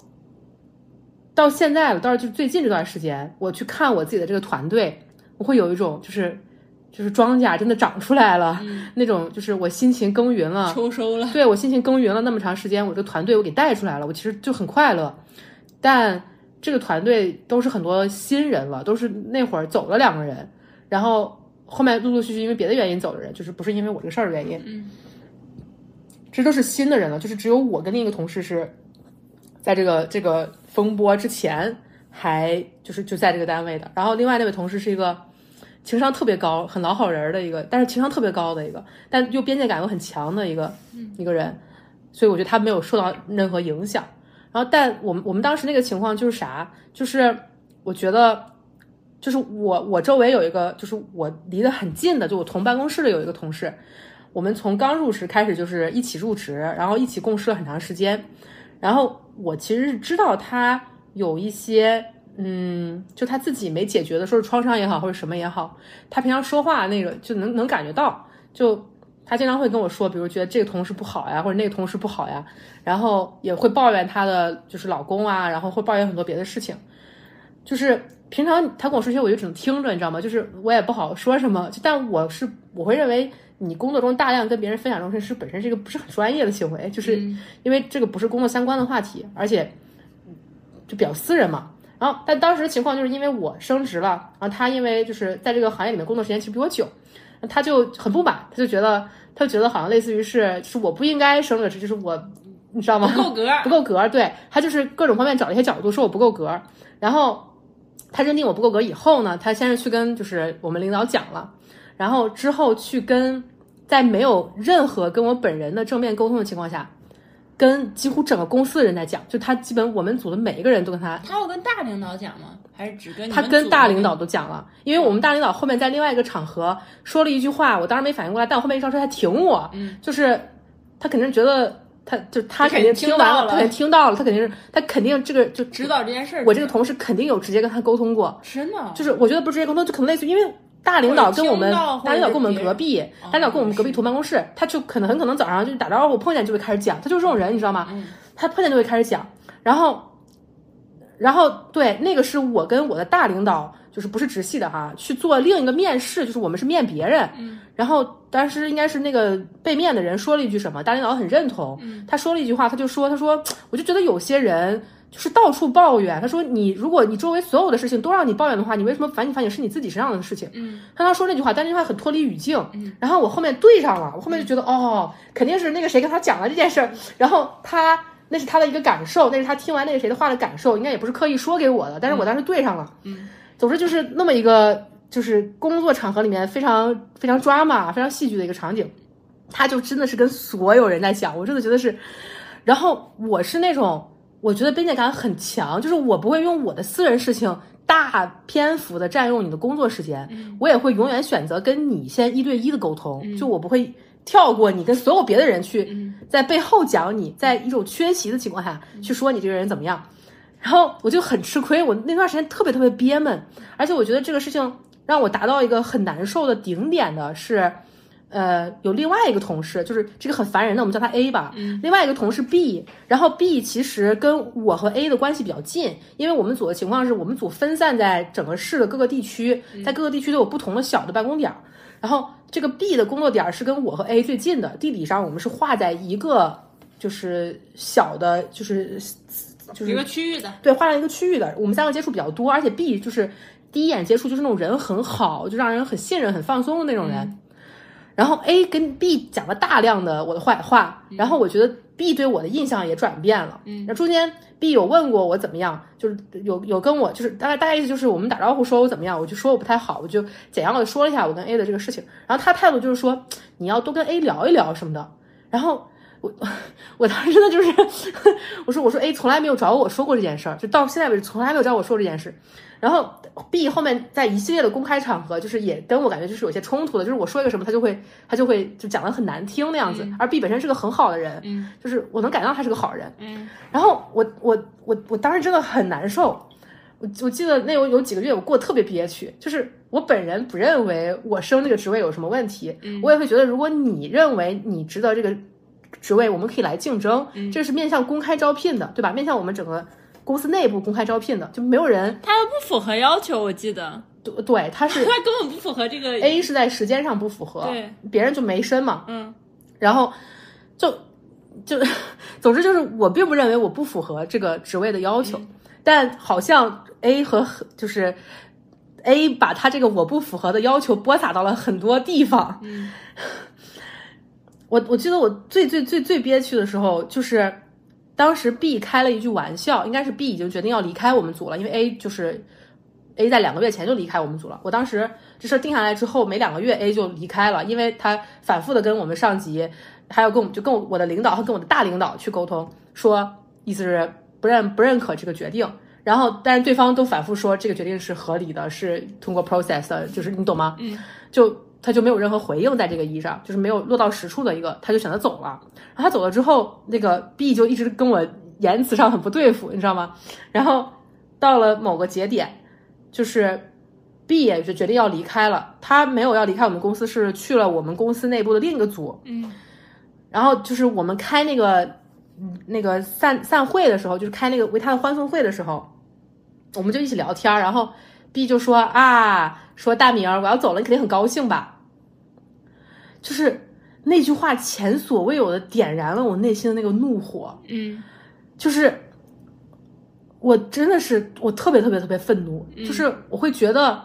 B: 到现在了，到就最近这段时间，我去看我自己的这个团队，我会有一种就是就是庄稼真的长出来了、
A: 嗯，
B: 那种，就是我辛勤耕耘了，
A: 秋收了，
B: 对我辛勤耕耘了那么长时间，我这个团队我给带出来了，我其实就很快乐。但这个团队都是很多新人了，都是那会儿走了两个人，然后后面陆陆续续因为别的原因走的人，就是不是因为我这个事儿的原因，
A: 嗯
B: 这都是新的人了，就是只有我跟另一个同事是在这个这个风波之前还就是就在这个单位的，然后另外那位同事是一个情商特别高、很老好人儿的一个，但是情商特别高的一个，但又边界感又很强的一个、一个人，所以我觉得他没有受到任何影响。然后，但我们我们当时那个情况就是啥，就是我觉得。就是我，我周围有一个，就是我离得很近的，就我同办公室的有一个同事，我们从刚入职开始就是一起入职，然后一起共事了很长时间。然后我其实是知道他有一些，嗯，就他自己没解决的，说是创伤也好，或者什么也好，他平常说话那个就能能感觉到，就他经常会跟我说，比如觉得这个同事不好呀，或者那个同事不好呀，然后也会抱怨她的就是老公啊，然后会抱怨很多别的事情，就是。平常他跟我说这些，我就只能听着，你知道吗？就是我也不好说什么，就但我是我会认为你工作中大量跟别人分享这种事，是本身是一个不是很专业的行为，就是
A: 嗯
B: 因为这个不是工作相关的话题，而且嗯就比较私人嘛。然后，但当时的情况就是因为我升职了，然后他因为就是在这个行业里面工作时间其实比我久，他就很不满，他就觉得他就觉得好像类似于是就是我不应该升这个职，就是我你知道吗？
A: 不够格，
B: 不够格儿，对他就是各种方面找了一些角度说我不够格儿，然后他认定我不够格儿以后呢，他先是去跟就是我们领导讲了，然后之后去跟在没有任何跟我本人的正面沟通的情况下，跟几乎整个公司的人在讲，就他基本我们组的每一个人都跟他
A: 他要跟大领导讲吗？还是只跟你
B: 他
A: 们
B: 跟
A: 组
B: 大
A: 的
B: 领导都讲了，因为我们大领导后面在另外一个场合说了一句话，我当时没反应过来，但我后面一招车他停我，
A: 嗯
B: 就是他肯定觉得他就他肯定
A: 肯定
B: 完
A: 听到了
B: 他肯定听到了，他肯定是他肯定这个就
A: 指导这件事儿？
B: 我这个同事肯定有直接跟他沟通过，
A: 真的哦
B: 就是我觉得不是直接沟通，就可能类似于因为。大领导跟我们
A: 或者听到，
B: 大领导跟我们
A: 或者是
B: 隔壁，
A: 哦
B: 大领导跟我们隔壁
A: 是
B: 同办公室，他就可能很可能早上就打招呼，碰见就会开始讲，他就是这种人，你知道吗？
A: 嗯
B: 他碰见就会开始讲，然后，然后对，那个是我跟我的大领导，就是不是直系的哈，去做另一个面试，就是我们是面别人，
A: 嗯
B: 然后当时应该是那个被面的人说了一句什么，大领导很认同，
A: 嗯
B: 他说了一句话，他就说，他说我就觉得有些人。就是到处抱怨，他说你如果你周围所有的事情都让你抱怨的话，你为什么反省反省是你自己身上的事情？
A: 嗯
B: 他当时说那句话，但这句话很脱离语境。
A: 嗯
B: 然后我后面对上了，我后面就觉得、哦，肯定是那个谁跟他讲了这件事儿，然后他那是他的一个感受，那是他听完那个谁的话的感受，应该也不是刻意说给我的，但是我当时对上了。
A: 嗯，
B: 总之就是那么一个就是工作场合里面非常非常 drama 非常戏剧的一个场景，他就真的是跟所有人在讲，我真的觉得是，然后我是那种我觉得边界感很强，就是我不会用我的私人事情大篇幅的占用你的工作时间，
A: 嗯
B: 我也会永远选择跟你先一对一的沟通，就我不会跳过你跟所有别的人去
A: 嗯
B: 在背后讲你，在一种缺席的情况下去说你这个人怎么样，然后我就很吃亏，我那段时间特别特别憋闷，而且我觉得这个事情让我达到一个很难受的顶点的是，呃，有另外一个同事，就是这个很烦人的，我们叫他 A 吧，
A: 嗯
B: 另外一个同事 B，然后 B 其实跟我和 A 的关系比较近，因为我们组的情况是我们组分散在整个市的各个地区，在各个地区都有不同的小的办公点儿，然后这个 B 的工作点儿是跟我和 A 最近的，地理上我们是划在一个就是小的，就是就
A: 一
B: 是
A: 个区域的，
B: 对，划上一个区域的。我们三个接触比较多，而且 B 就是第一眼接触就是那种人很好，就让人很信任、很放松的那种人。然后 A 跟 B 讲了大量的我的坏话，然后我觉得 B 对我的印象也转变了。
A: 嗯
B: 那中间 B 有问过我怎么样，就是有有跟我就是大概大概意思就是我们打招呼说我怎么样，我就说我不太好，我就简要的说了一下我跟 A 的这个事情。然后他态度就是说你要多跟 A 聊一聊什么的。然后我我当时真的就是 我说我说 A 从来没有找我说过这件事儿，就到现在为止从来没有找我说过这件事。然后 B 后面在一系列的公开场合，就是也跟我感觉就是有些冲突的，就是我说一个什么，他就会他就会就讲的很难听那样子。而 B 本身是个很好的人，
A: 嗯
B: 就是我能感觉到他是个好人。
A: 嗯
B: 然后我我我我当时真的很难受，我我记得那有有几个月我过得特别憋屈，就是我本人不认为我升这个职位有什么问题，我也会觉得如果你认为你值得这个职位，我们可以来竞争，这是面向公开招聘的，对吧？面向我们整个公司内部公开招聘的，就没有人
A: 他又不符合要求，我记得
B: 对对他是哎啊
A: 他根本不符合这个
B: A 是在时间上不符合，
A: 对，
B: 别人就没升嘛，
A: 嗯
B: 然后就就总之就是我并不认为我不符合这个职位的要求，但好像 A 和就是 A 把他这个我不符合的要求播撒到了很多地方。
A: 嗯
B: 我我记得我最最最最憋屈的时候就是。当时 B 开了一句玩笑，应该是 B 已经决定要离开我们组了，因为 A 就是 A 在两个月前就离开我们组了。我当时这事儿定下来之后，没两个月 A 就离开了，因为他反复的跟我们上级，还有跟我们就跟我的领导和跟我的大领导去沟通，说意思是不认不认可这个决定。然后，但是对方都反复说这个决定是合理的，是通过 process 的，就是你懂吗？
A: 嗯，
B: 就他就没有任何回应在这个一上，就是没有落到实处的一个，他就选择走了。然后他走了之后，那个 B 就一直跟我言辞上很不对付，你知道吗？ 然后到了某个节点，就是 B 也就决定要离开了。他没有要离开我们公司，是去了我们公司内部的另一个组。
A: 嗯
B: 然后就是我们开那个嗯那个散散会的时候，就是开那个为他的欢送会的时候，我们就一起聊天儿。然后 B 就说啊，说大明儿我要走了，你肯定很高兴吧？就是那句话前所未有的点燃了我内心的那个怒火。
A: 嗯
B: 就是我真的是我特别特别特别愤怒，就是我会觉得，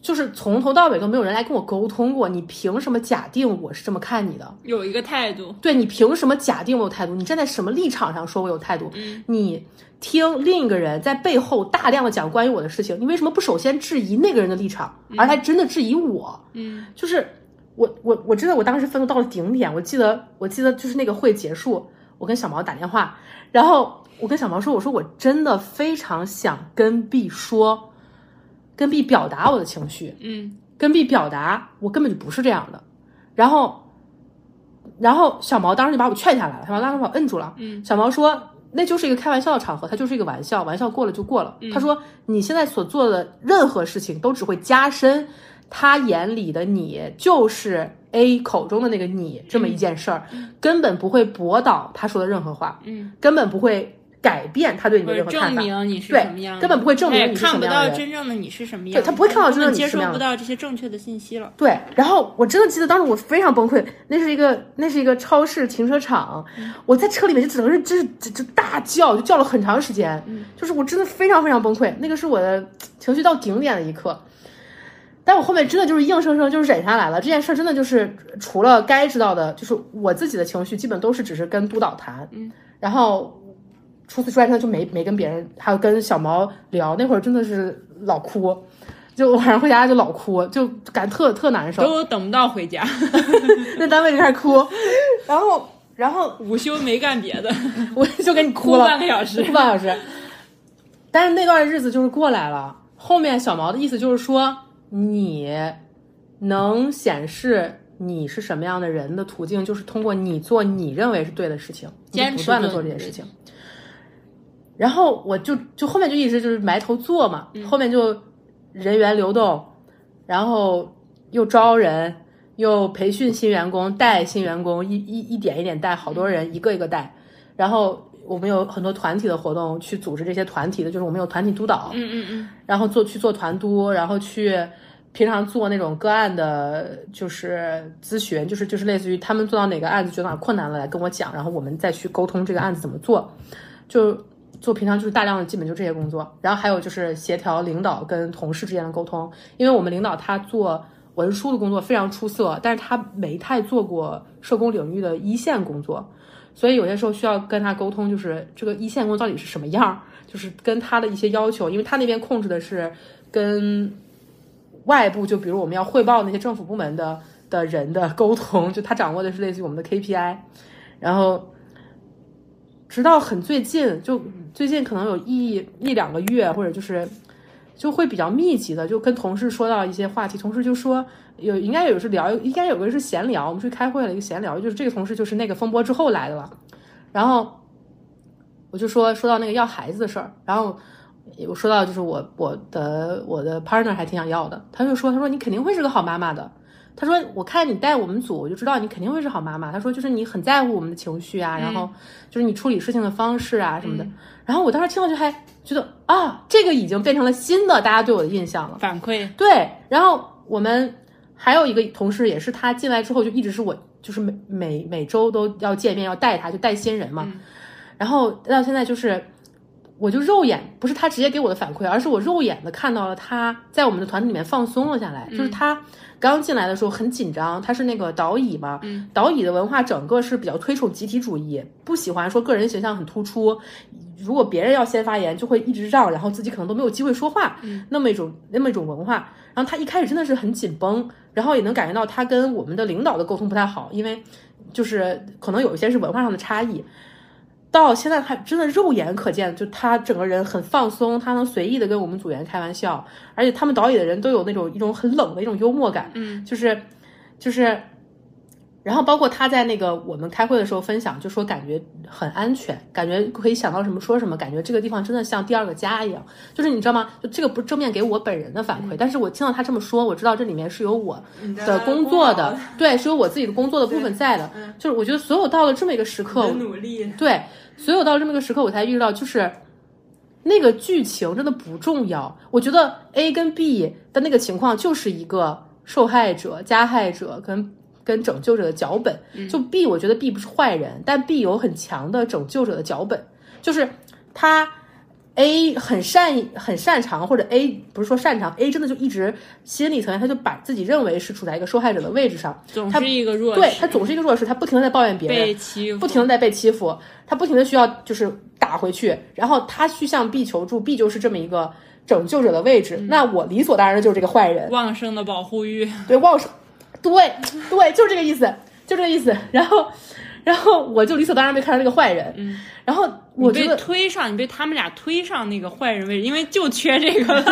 B: 就是从头到尾都没有人来跟我沟通过，你凭什么假定我是这么看你的？
A: 有一个态度，
B: 对你凭什么假定我有态度？你站在什么立场上说我有态度？
A: 嗯
B: 你听另一个人在背后大量的讲关于我的事情，你为什么不首先质疑那个人的立场，而还真的质疑我？
A: 嗯
B: 就是我我我真的我当时愤怒到了顶点，我记得我记得就是那个会结束，我跟小毛打电话，然后我跟小毛说，我说我真的非常想跟 B 说，跟 B 表达我的情绪，
A: 嗯，
B: 跟 B 表达我根本就不是这样的，然后然后小毛当时就把我劝下来了，小毛当时把我摁住了，
A: 嗯，
B: 小毛说那就是一个开玩笑的场合，它就是一个玩笑，玩笑过了就过
A: 嗯
B: 了，他说你现在所做的任何事情都只会加深他眼里的你就是 A 口中的那个你这么一件事儿，根本不会驳倒他说的任何话，
A: 嗯，
B: 根本不会改变他对你
A: 或
B: 的
A: 者
B: 任何看
A: 证
B: 法，
A: 明你是
B: 对
A: 什么样的，
B: 根本不会证明
A: 他也
B: 你是什
A: 看
B: 么
A: 不
B: 样的
A: 到
B: 人
A: 真正的你是什么样
B: 对
A: 的，
B: 他不会看到真
A: 根本
B: 正的你
A: 接
B: 是什
A: 收
B: 么样
A: 不
B: 的。
A: 到这些正确的信息了。
B: 对，然后我真的记得当时我非常崩溃，那是一个那是一个超市停车场，我在车里面就只能是就是就就大叫，就叫了很长时间，就是我真的非常非常崩溃，那个是我的情绪到顶点的一刻。但我后面真的就是硬生生就是忍下来了，这件事儿真的就是除了该知道的，就是我自己的情绪基本都是只是跟督导谈，
A: 嗯，
B: 然后除此之外真的就没没跟别人，还有跟小毛聊，那会儿真的是老哭，就晚上回家就老哭，就感觉特特难受，
A: 都等不到回家，
B: 在单位里开始哭， 然后然后
A: 午休没干别的，
B: 我就给你 哭
A: 哭
B: 了，
A: 半个小时。
B: 哭半小时。但是那段日子就是过来了。后面小毛的意思就是说，你能显示你是什么样的人的途径，就是通过你做你认为是对的事情，你就
A: 坚持
B: 不断的
A: 做
B: 做这
A: 你
B: 些
A: 对
B: 事
A: 的
B: 情。然后我就就后面就一直就是埋头做嘛，后面就人员流动，然后又招人，又培训新员工，带新员工，一一一点一点带，好多人一个一个带。然后我们有很多团体的活动，去组织这些团体的，就是我们有团体督导，
A: 嗯嗯嗯，
B: 然后做去做团督，然后去平常做那种个案的，就是咨询，就是就是类似于他们做到哪个案子觉得哪儿困难了来跟我讲，然后我们再去沟通这个案子怎么做，就做平常就是大量的基本就这些工作，然后还有就是协调领导跟同事之间的沟通，因为我们领导他做。文书的工作非常出色，但是他没太做过社工领域的一线工作，所以有些时候需要跟他沟通，就是这个一线工作到底是什么样儿，就是跟他的一些要求，因为他那边控制的是跟外部，就比如我们要汇报那些政府部门的的人的沟通，就他掌握的是类似于我们的 KPI，然后直到很最近，就最近可能有一一两个月，或者就是就会比较密集的，就跟同事说到一些话题，同事就说有应该有是聊，应该有个是闲聊，我们去开会了一个闲聊，就是这个同事就是那个风波之后来的了，然后我就说说到那个要孩子的事儿，然后我说到就是我我的我的 partner 还挺想要的，他就说他说你肯定会是个好妈妈的，他说我看你带我们组，我就知道你肯定会是好妈妈，他说就是你很在乎我们的情绪啊，然后就是你处理事情的方式啊什么的，然后我当时听到就还觉得啊，这个已经变成了新的大家对我的印象了。
A: 反馈
B: 对，然后我们还有一个同事也是他进来之后就一直是我，就是每每每周都要见面，要带他，就带新人嘛。
A: 嗯
B: 然后到现在就是，我就肉眼不是他直接给我的反馈，而是我肉眼的看到了他在我们的团体里面放松了下来，
A: 嗯
B: 就是他刚进来的时候很紧张，他是那个导乙嘛，
A: 嗯
B: 导乙的文化整个是比较推崇集体主义，不喜欢说个人形象很突出。如果别人要先发言，就会一直让，然后自己可能都没有机会说话，
A: 嗯
B: 那么一种那么一种文化。然后他一开始真的是很紧绷，然后也能感觉到他跟我们的领导的沟通不太好，因为就是可能有一些是文化上的差异。到现在，他真的肉眼可见，就他整个人很放松，他能随意的跟我们组员开玩笑，而且他们导演的人都有那种一种很冷的一种幽默感，
A: 嗯，
B: 就是就是，然后包括他在那个我们开会的时候分享，就说感觉很安全，感觉可以想到什么说什么，感觉这个地方真的像第二个家一样。就是你知道吗？就这个不是正面给我本人的反馈，但是我听到他这么说，我知道这里面是有我嗯的工作的，嗯对，是有我自己的工作的部分在的。就是我觉得所有到了这么一个时刻，我
A: 努力，
B: 对，所有到这么个时刻，我才意识到，就是那个剧情真的不重要。我觉得 A 跟 B 的那个情况就是一个受害者、加害者跟跟拯救者的脚本。
A: 嗯
B: 就 B，我觉得 B 不是坏人，但 B 有很强的拯救者的脚本，就是他。A 很擅很擅长，或者 A 不是说擅长，A 真的就一直心理层面，他就把自己认为是处在一个受害者的位置上，
A: 总
B: 他
A: 是一个弱势，
B: 对他总是一个弱势，他不停的在抱怨别人，
A: 被欺负，
B: 不停的在被欺负，他不停的需要就是打回去，然后他去向 B 求助，B 就是这么一个
A: 嗯
B: 拯救者的位置，那我理所当然的就是这个坏人，
A: 旺盛的保护欲，
B: 对旺盛，对对，就是这个意思，就这个意思。然后，然后我就理所当然被看成这个坏人。嗯，然后我觉
A: 被
B: 得
A: 推上，你被他们俩推上那个坏人位置，因为就缺这个 了。？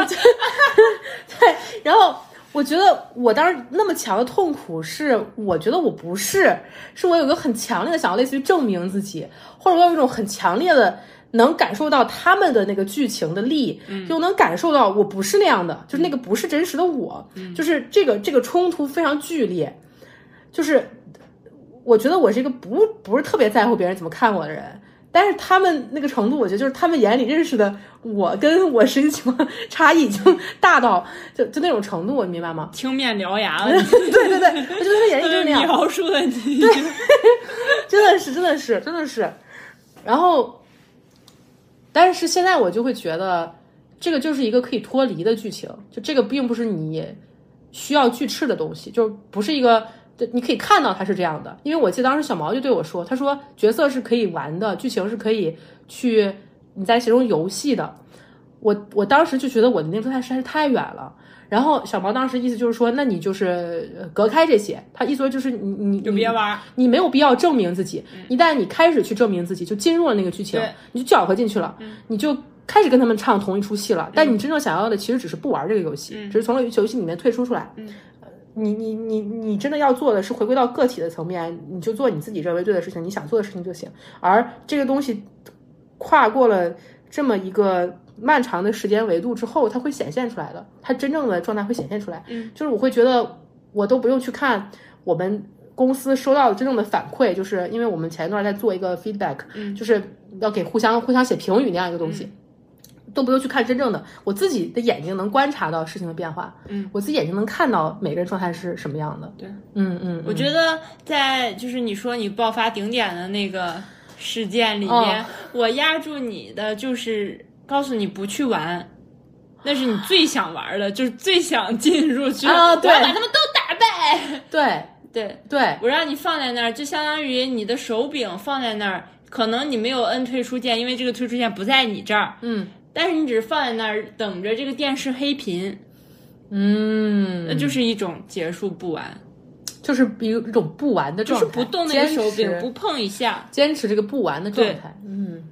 B: 对，然后我觉得我当时那么强的痛苦是，我觉得我不是，是我有一个很强烈的想要类似于证明自己，或者我有一种很强烈的能感受到他们的那个剧情的力，就能感受到我不是那样的，就是那个不是真实的我，就是这个这个冲突非常剧烈，就是我觉得我是一个不不是特别在乎别人怎么看我的人。但是他们那个程度，我觉得就是他们眼里认识的我跟我实际情况 差异已经大到就就那种程度，你明白吗
A: 青面獠牙了，你
B: 对对对，我觉得他们眼里就是那样。
A: 描述的呃 你，
B: 真的是，真的是，真的是。然后，但是现在我就会觉得，这个就是一个可以脱离的剧情，就这个并不是你需要拒斥的东西，就不是一个。就你可以看到它是这样的，因为我记得当时小毛就对我说，他说角色是可以玩的，剧情是可以去你在其中游戏的。我我当时就觉得我离那个状态实在是太远了。然后小毛当时意思就是说，那你就是呃隔开这些，他意思说就是你你
A: 就
B: 你
A: 别玩儿。
B: 你没有必要证明自己。一旦你开始去证明自己，就进入了那个剧情
A: 对，
B: 你就搅和进去了，你就开始跟他们唱同一出戏了。但你真正想要的其实只是不玩这个游戏，只是从游戏里面退出出来。呃你你你你真的要做的是回归到个体的层面，你就做你自己认为对的事情，你想做的事情就行。而这个东西跨过了这么一个漫长的时间维度之后，它会显现出来的，它真正的状态会显现出来。嗯，就是我会觉得我都不用去看我们公司收到的真正的反馈，就是因为我们前一段在做一个 feedback，、就是
A: 嗯
B: 要给互相互相写评语那样一个东西。都不用去看真正的，我自己的眼睛能观察到事情的变化，嗯，我自己眼睛能看到每个人状态是什么样的，
A: 对，
B: 嗯嗯，
A: 我觉得在就是你说你爆发顶点的那个事件里面，
B: 哦
A: 我压住你的就是告诉你不去玩，那是你最想玩的，就是最想进入去
B: 啊对
A: 我要把他们都打败。
B: 对
A: 对
B: 对
A: 我让你放在那儿，就相当于你的手柄放在那儿，可能你没有摁退出键，因为这个退出键不在你这儿，
B: 嗯
A: 但是你只是放在那儿等着这个电视黑屏，
B: 嗯，
A: 那就是一种结束不玩，
B: 就是有一种不玩的
A: 就
B: 状
A: 是
B: 态，
A: 不动那个手
B: 坚
A: 柄，
B: 持
A: 不碰一下。
B: 坚持这个不玩的状态。嗯，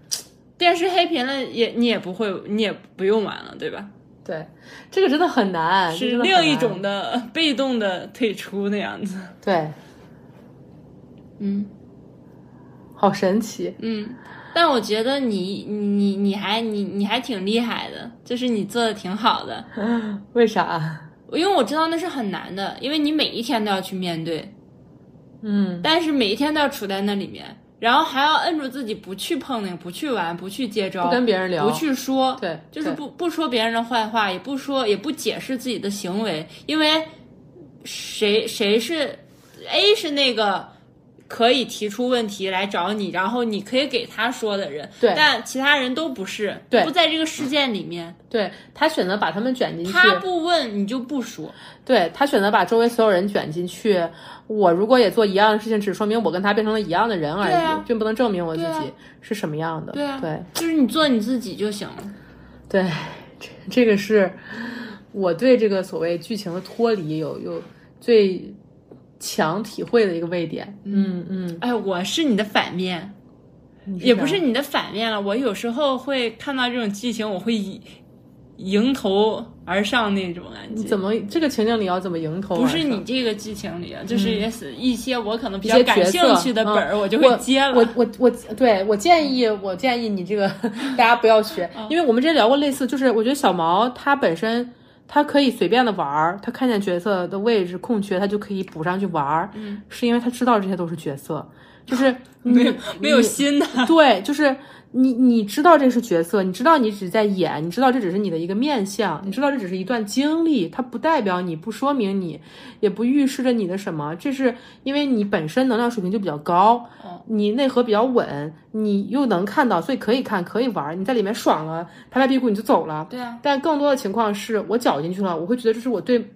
A: 电视黑屏了也你也不会，你也不用玩了，对吧？
B: 对，这个真的很难，这
A: 是
B: 真的很
A: 另一
B: 难
A: 种 的被动的退出那样子。
B: 对，
A: 嗯
B: 好神奇。
A: 嗯，但我觉得你你你你还你你还挺厉害的，就是你做的挺好的，
B: 为啥？
A: 因为我知道那是很难的，因为你每一天都要去面对，
B: 嗯
A: 但是每一天都要处在那里面，然后还要摁住自己不去碰那个，不去玩，不去接招，
B: 不跟别人聊
A: 不去说，
B: 对
A: 就是
B: 对
A: 不不说别人的坏话，也不说，也不解释自己的行为，因为谁谁是 A 是那个。可以提出问题来找你，然后你可以给他说的人，
B: 对
A: 但其他人都不是，
B: 对
A: 不在这个事件里面。
B: 对他选择把他们卷进去，
A: 他不问你就不说，
B: 对他选择把周围所有人卷进去。我如果也做一样的事情，只说明我跟他变成了一样的人而已，
A: 对啊
B: 并不能证明我自
A: 对啊
B: 己是什么样的。
A: 对啊
B: 对
A: 就是你做你自己就行了。
B: 对，这这个是我对这个所谓剧情的脱离有有最强体会的一个位点。嗯嗯，
A: 哎，我是你的反面，
B: 你
A: 也不
B: 啥
A: 是你的反面了。我有时候会看到这种剧情，我会迎迎头而上那种感觉。
B: 怎么这个情景里要怎么迎头而
A: 不
B: 上？
A: 啊
B: 嗯
A: 是你这个剧情里，啊就是也是一些我可能比
B: 一
A: 较
B: 些
A: 感
B: 角
A: 兴
B: 色
A: 趣的本儿，
B: 嗯
A: 我就会接了。
B: 我我我，对我建议，我建议你这个大家不要学，因为我们之前聊过类似，就是我觉得小毛他本身。他可以随便的玩儿，他看见角色的位置空缺，他就可以补上去玩儿，是因为他知道这些都是角色，就是
A: 没有
B: 你
A: 没有
B: 你
A: 新的，
B: 对，就是你你知道这是角色，你知道你只是在演，你知道这只是你的一个面相，你知道这只是一段经历，它不代表你，不说明你，也不预示着你的什么。这是因为你本身能量水平就比较高，
A: 嗯
B: 你内核比较稳，你又能看到，所以可以看，可以玩。你在里面爽了，拍拍屁股你就走了。
A: 对啊，
B: 但更多的情况是我搅进去了，我会觉得这是我对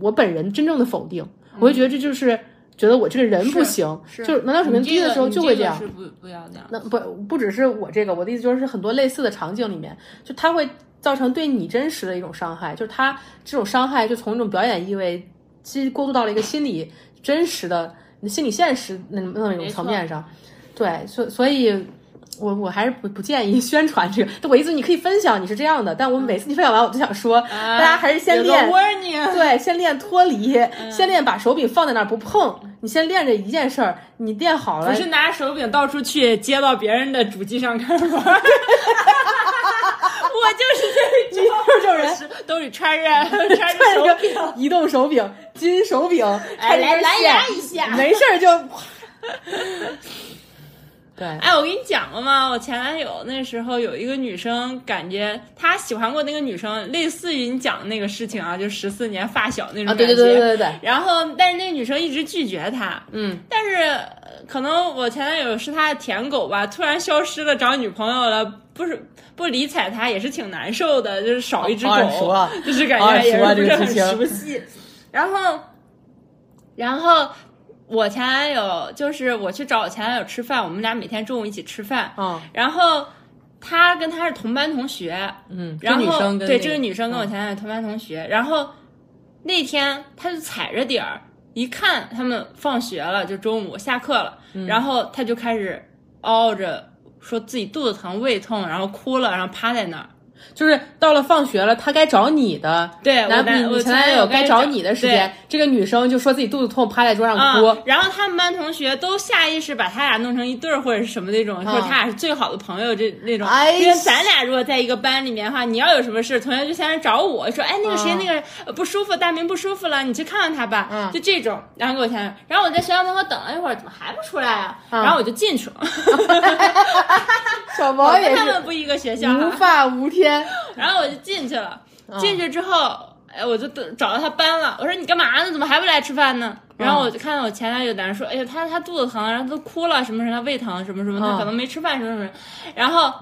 B: 我本人真正的否定，
A: 嗯
B: 我会觉得这就是觉得我这个人不行，就是能量水平
A: 你
B: 低
A: 这
B: 的
A: 个
B: 时候
A: 你
B: 就会这样。
A: 个是不不要这样。
B: 那不不只是我这个，我的意思就是很多类似的场景里面，就它会造成对你真实的一种伤害，就是它这种伤害就从一种表演意味，其实过渡到了一个心理真实的心理现实那那种
A: 没错
B: 层面上。对，所所以。我我还是不不建议 宣传这个，但我意思你可以分享你是这样的，但我每次你分享完我就想说，
A: 啊
B: 大家还是先
A: 有个嗯
B: 练 哎
A: warning，
B: 对，先练脱离，先练把手柄放在那儿不碰。你先练这一件事儿，你练好了
A: 不，是拿手柄到处去接到别人的主机上看玩儿。 我就是这种，
B: 这种人
A: 是兜里 揣 着揣着
B: 带
A: 手
B: 哎着
A: 柄，
B: 个移动手柄、金手柄，
A: 哎，
B: 带着
A: 来
B: 根
A: 蓝
B: 线
A: 牙一下。
B: 没事儿就。 啊对，
A: 哎，我跟你讲了吗？我前男友那时候有一个女生，感觉他喜欢过那个女生，类似于你讲的那个事情啊，就十四年发小那种
B: 啊，
A: 感
B: 对
A: 觉。
B: 对对对对对，
A: 然后，但是那个女生一直拒绝他，
B: 嗯，
A: 但是呃可能我前男友是他的舔狗吧，突然消失了，找女朋友了，不是不理睬他也是挺难受的，就是少一只狗，
B: 好耳熟啊
A: 就是感
B: 好
A: 觉
B: 耳
A: 也
B: 熟啊
A: 是不是
B: 这个
A: 很
B: 剧情
A: 熟悉。然后，然后我前男友就是我去找我前男友吃饭，我们俩每天中午一起吃饭，
B: 嗯
A: 然后他跟他是同班同学，
B: 嗯，
A: 然后
B: 这女生跟
A: 对
B: 那
A: 这个女生跟我
B: 嗯
A: 前男友同班同学，然后那天他就踩着点儿，一看他们放学了，就中午下课了，
B: 嗯
A: 然后他就开始嗷着说自己肚子疼、胃痛，然后哭了，然后趴在那儿。
B: 就是到了放学了，他该找你的。
A: 对，我
B: 男
A: 男
B: 你
A: 我
B: 你前男
A: 友
B: 友该找你的时
A: 对
B: 间，这个女生就说自己肚子痛，趴在桌上
A: 啊、
B: 哭。
A: 然后他们班同学都下意识把他俩弄成一对儿或者是什么那种，说他俩是最好的朋友这那种。
B: 嗯哎
A: 因为咱俩如果在一个班里面的话，你要有什么事，同学就先来找我说，哎，那个谁、
B: 啊
A: 那个呃不舒服，大明不舒服了，你去看看他吧。
B: 嗯
A: 就这种，然后给我前，然后我在学校门口等了一会儿，怎么还不出来啊？
B: 嗯
A: 然后我就进去了，
B: 小
A: 我
B: 毛
A: 跟
B: 也
A: 他
B: 是
A: 们不一个学校啊哈，
B: 无法无天，
A: 然后我就进去了，进去之后，哎，我就找到他班了。我说你干嘛呢？怎么还不来吃饭呢？然后我就看到我前男友在那说，哎呀，他他肚子疼，然后他都哭了，什么什么，他胃疼，什么什么，他
B: 嗯
A: 可能没吃饭，什么什么。然后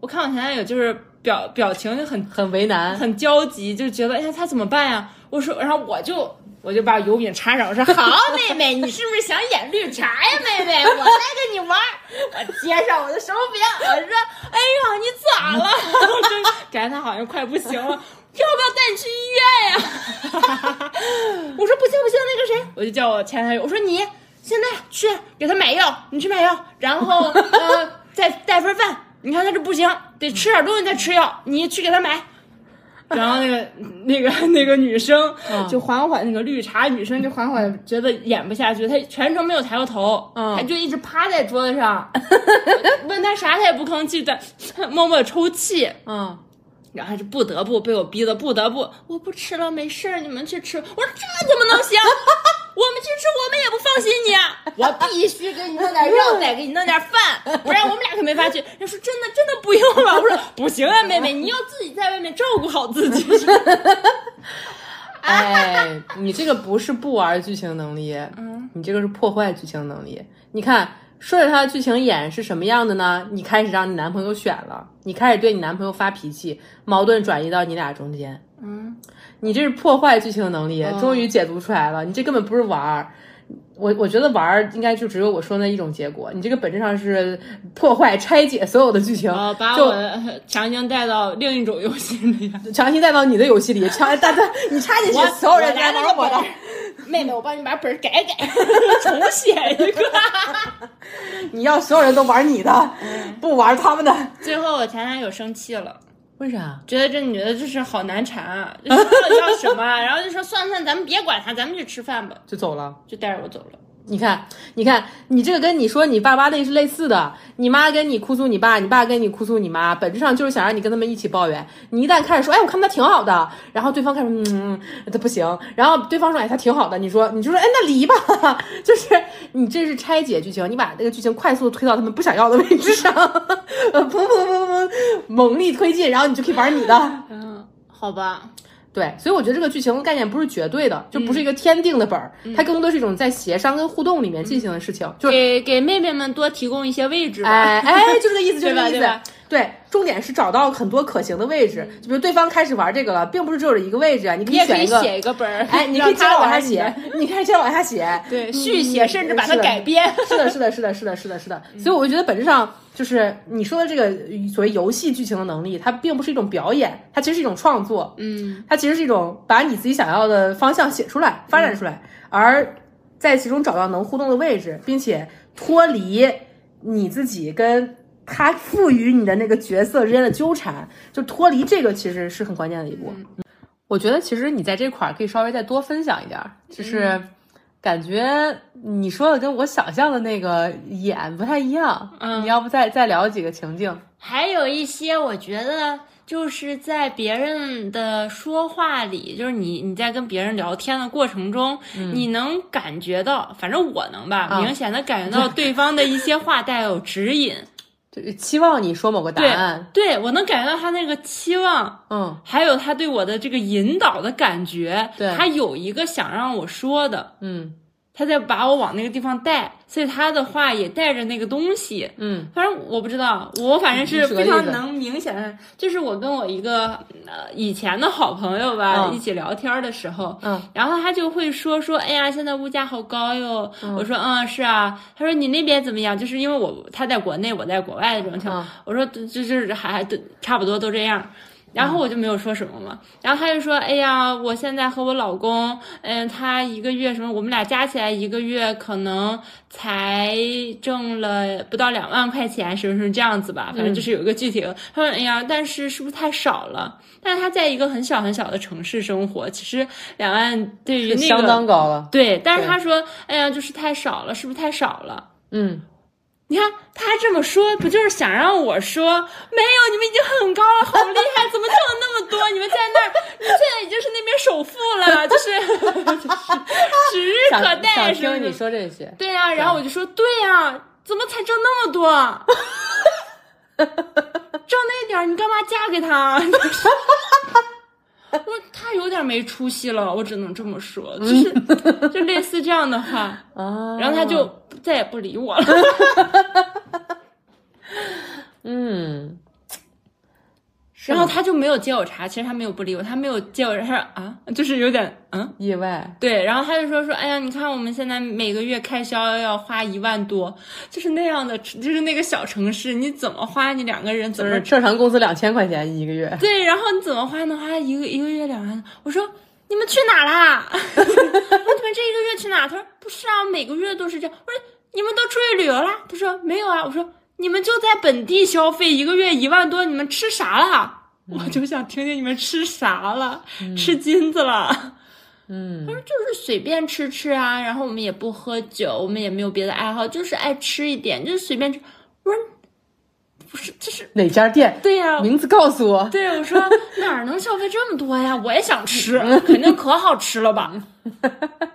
A: 我看我前男友就是表表情就很
B: 很为难。
A: 很焦急，就觉得哎呀他怎么办呀？我说，然后我就我就把油饼插上，我说好妹妹，你是不是想演绿茶呀，妹妹？我再跟你玩儿。我接上我的手柄，我说哎呀你咋了？我就 感觉他好像快不行了，要不要带你去医院呀？ 我说不行不行，那个谁，我就叫我前男友，我说你现在去给他买药，你去买药，然 后呃再带份饭。你看他这不行，得吃点东西再吃药，你去给他买。然后那个那个那个女生
B: 嗯
A: 就缓缓，那个绿茶女生就缓缓觉得演不下去，她全程没有抬过头，
B: 嗯
A: 她就一直趴在桌子 上，问她啥她也不吭气的， 默默抽泣。
B: 嗯，
A: 然后她就不得不被我逼的，不得不，我不吃了，没事儿，你们去吃。我说这怎么能 行？我们去吃，我们也不放心你啊。我必须给你弄
B: 嗯
A: 点肉，再给你弄点饭，不然我们俩可没法去。人说真的，真的不用了。我说不行 啊，妹妹，你要自己在外面照顾好自己。
B: 哎，你这个不是不玩剧情能力，嗯，你这个是破坏剧情能力。你看，顺着他的剧情演是什么样的呢？你开始让你男朋友选了，你开始对你男朋友发脾气，矛盾转移到你俩中间。
A: 嗯，哦
B: 你这是破坏剧情能力，终于解读出来了。你这根本不是玩儿，我我觉得玩儿应该就只有我说那一种结果。你这个本质上是破坏、拆解所有的剧情，
A: 然后把
B: 就
A: 我呃强行带到另一种游戏里。
B: 强行带到你的游戏里，强带带你插进去，所有人
A: 拿
B: 来
A: 那个
B: 玩我的。
A: 本，妹妹，我帮你把本儿改 改，重写一 个。
B: 你要所有人都玩你的，不玩他们的，
A: 最后我前男友生气了。
B: 为啥？
A: 觉得这女的就是好难缠啊，就说到底要什么啊，然后就说算了算了，咱们别管她，咱们去吃饭吧，
B: 就走了。
A: 就带着我走了。
B: 你看，你看，你这个跟你说你爸妈那是类似的，你妈跟你哭诉你爸，你爸跟你哭诉你妈，本质上就是想让你跟他们一起抱怨。你一旦开始说，哎，我看他挺好的，然后对方开始，嗯，他不行，然后对方说，哎，他挺好的，你说，你就说，哎，那离吧，就是你这是拆解剧情，你把这个剧情快速推到他们不想要的位置上，呃，砰砰砰砰，猛力推进，然后你就可以玩你的。
A: 嗯，好吧，
B: 对，所以我觉得这个剧情概念不是绝对的，就不
A: 嗯
B: 是一个天定的本儿，它更多是一种在协商跟互动里面进行的事情，就是
A: 给给妹妹们多提供一些位置吧。
B: 哎哎，就这个意 思，就这个
A: 对吧
B: 意
A: 对
B: 思
A: 吧。
B: 对，重点是找到很多可行的位置，就比如对方开始玩这个了，并不是只有这一个位置啊，你可
A: 你也可
B: 选
A: 以
B: 一个，
A: 写一个本儿，
B: 哎，你可
A: 让
B: 以接着
A: 她
B: 往下
A: 玩你的
B: 写，，你可以接着往下写，
A: 对，
B: 你
A: 续写，甚至把它。
B: 你
A: 改嗯编。
B: 是的，是的，是的，是的，是的，是的。所以我觉得本质上就是你说的这个所谓游戏剧情的能力，它并不是一种表演，它其实是一种创作。
A: 嗯，
B: 它其实是一种把你自己想要的方向写出来、发展出来，而在其中找到能互动的位置，并且脱离你自己跟他赋予你的那个角色之间的纠缠，就脱离这个其实是很关键的一步。我觉得其实你在这块儿可以稍微再多分享一点儿，就是感觉你说的跟我想象的那个演不太一样。
D: 嗯
B: 你要不再再聊几个情境？
A: 还有一些我觉得就是在别人的说话里，就是你你在跟别人聊天的过程中，你能感觉到，反正我能吧，
B: 嗯啊
A: 明显的感觉到对方的一些话带有指 引，
B: 就是期望你说某个答
A: 对
B: 案，，
A: 对我能感觉到他那个期望。
B: 嗯
A: 还有他对我的这个引导的感觉，
B: 对
A: 他有一个想让我说的，
B: 嗯
A: 他在把我往那个地方带，所以他的话也带着那个东西，
B: 嗯
A: 反正我不知道，我反正是
B: 你举个
A: 非
B: 例子
A: 常能明显的，就是我跟我一个呃以前的好朋友吧、
B: 嗯
A: 一起聊天的时候，
B: 嗯
A: 然后他就会说说，哎呀，现在物价好高哟。我说嗯是啊，他说你那边怎么样？就是因为我他在国内，我在国外的这种情况，
B: 嗯
A: 我说就就是还还都差不多都这样。然
B: 嗯
A: 后我就没有说什么嘛，然后他就说，哎呀，我现在和我老公，嗯，他一个月什么，我们俩加起来一个月可能才挣了不到两万块钱，什么什么这样子
B: 嗯
A: 吧，反正就是有一个具体的。他说，哎呀，但是是不是太少了？但是他在一个很小很小的城市生活，其实两万对于那个
B: 相当高了，
A: 对，但是
B: 对
A: 他说，哎呀，就是太少了，是不是太少了？
B: 嗯，
A: 你看他这么说，不就是想让我说没有？你们已经很高了，好厉害，怎么挣了那么多？你们在那儿，你们现在已经是那边首富了，就是 指日
B: 想
A: 可待，
B: 想
A: 是不
B: 听你
A: 是？
B: 说这些，
A: 对呀、然后我就说，对呀、怎么才挣那么多？ 挣那点儿，你干嘛嫁给他？ 就是我说他有点没出息了，我只能这么 说，就是就类似这样的话，
B: 啊，
A: 然后他就再也不理我了。
B: 嗯，
A: 然后他就没有接我茶，其实他没有不理我，他没有接我茶，他说啊，就是有点嗯，
B: 意外，
A: 对。然后他就说说，哎呀，你看我们现在每个月开销要花一万多，就是那样的，就是那个小城市，你怎么花？你两个人怎
B: 就
A: 么
B: 是正常工资两千块钱一个月，
A: 对？然后你怎么花呢？花一个一个月两万？我说你们去哪啦？ 我说你们这一个月去哪？他说不是啊，每个月都是这样。我说你们都出去旅游啦？他说没有啊。我说你们就在本地消费，一个月一万多，你们吃啥啦？我就想听听你们吃啥了，吃金子了，
B: 嗯
A: 就是随便吃吃啊，然后我们也不喝酒，我们也没有别的爱好，就是爱吃一点，就是随便吃。我说不是，这是
B: 哪家店？
A: 对呀、
B: 名字告诉我。
A: 对，我说哪儿能消费这么多呀？我也想吃，肯定可好吃了 吧？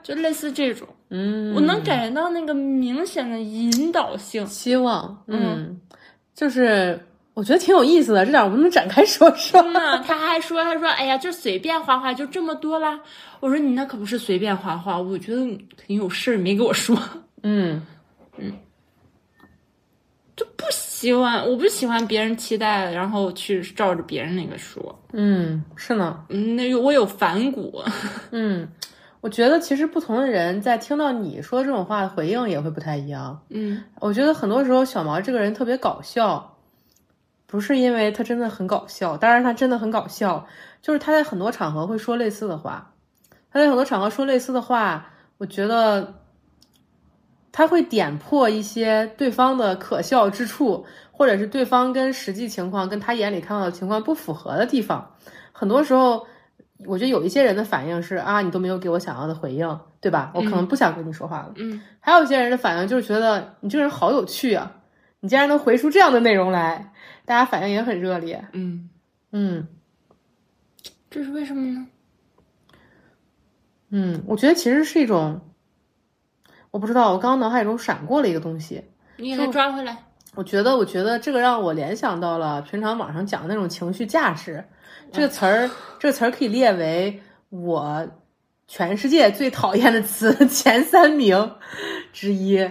A: 就类似这种，
B: 嗯，
A: 我能感觉到那个明显的引导性。
B: 希望，嗯，就是我觉得挺有意思的，这点我们能展开说说。
A: 嗯，他还说，他说，哎呀，就随便花花，就这么多啦。我说你那可不是随便花花，我觉得你肯定有事儿没给我说，
B: 嗯，
A: 就不喜欢，我不喜欢别人期待，然后去照着别人那个说，
B: 嗯，是呢，
A: 嗯，那有我有反骨，
B: 嗯，我觉得其实不同的人在听到你说这种话的回应也会不太一样。
A: 嗯
B: 我觉得很多时候小毛这个人特别搞笑，不是因为他真的很搞笑，当然他真的很搞笑，就是他在很多场合会说类似的话，他在很多场合说类似的话，我觉得他会点破一些对方的可笑之处，或者是对方跟实际情况跟他眼里看到的情况不符合的地方。很多时候，我觉得有一些人的反应是啊，你都没有给我想要的回应，对吧？我可能不想跟你说话了。
A: 嗯，
B: 还有一些人的反应就是觉得你这个人好有趣啊，你竟然能回出这样的内容来，大家反应也很热烈。
A: 嗯，
B: 嗯
A: 这是为什么呢？
B: 嗯，我觉得其实是一种，我不知道，我刚刚脑海中闪过了一个东西，
A: 你给他抓回来，
B: 我觉得，我觉得这个让我联想到了平常网上讲的那种情绪价值，这个词儿，这个词儿可以列为我全世界最讨厌的词前三名之一。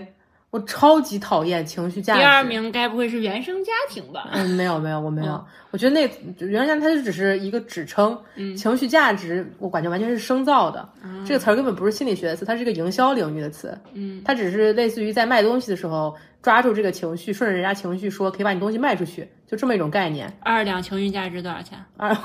B: 我超级讨厌情绪价值。
A: 第二，名该不会是原生家庭吧？
B: 嗯，没有没有，我没有。我觉得那原来它就只是一个指称，
A: 嗯
B: 情绪价值，我感觉完全是生造的。这个词儿根本不是心理学的词，它是一个营销领域的词。
A: 嗯
B: 它只是类似于在卖东西的时候抓住这个情绪，顺着人家情绪说可以把你东西卖出去，就这么一种概念。
A: 二两情绪价值多少钱？
B: 二，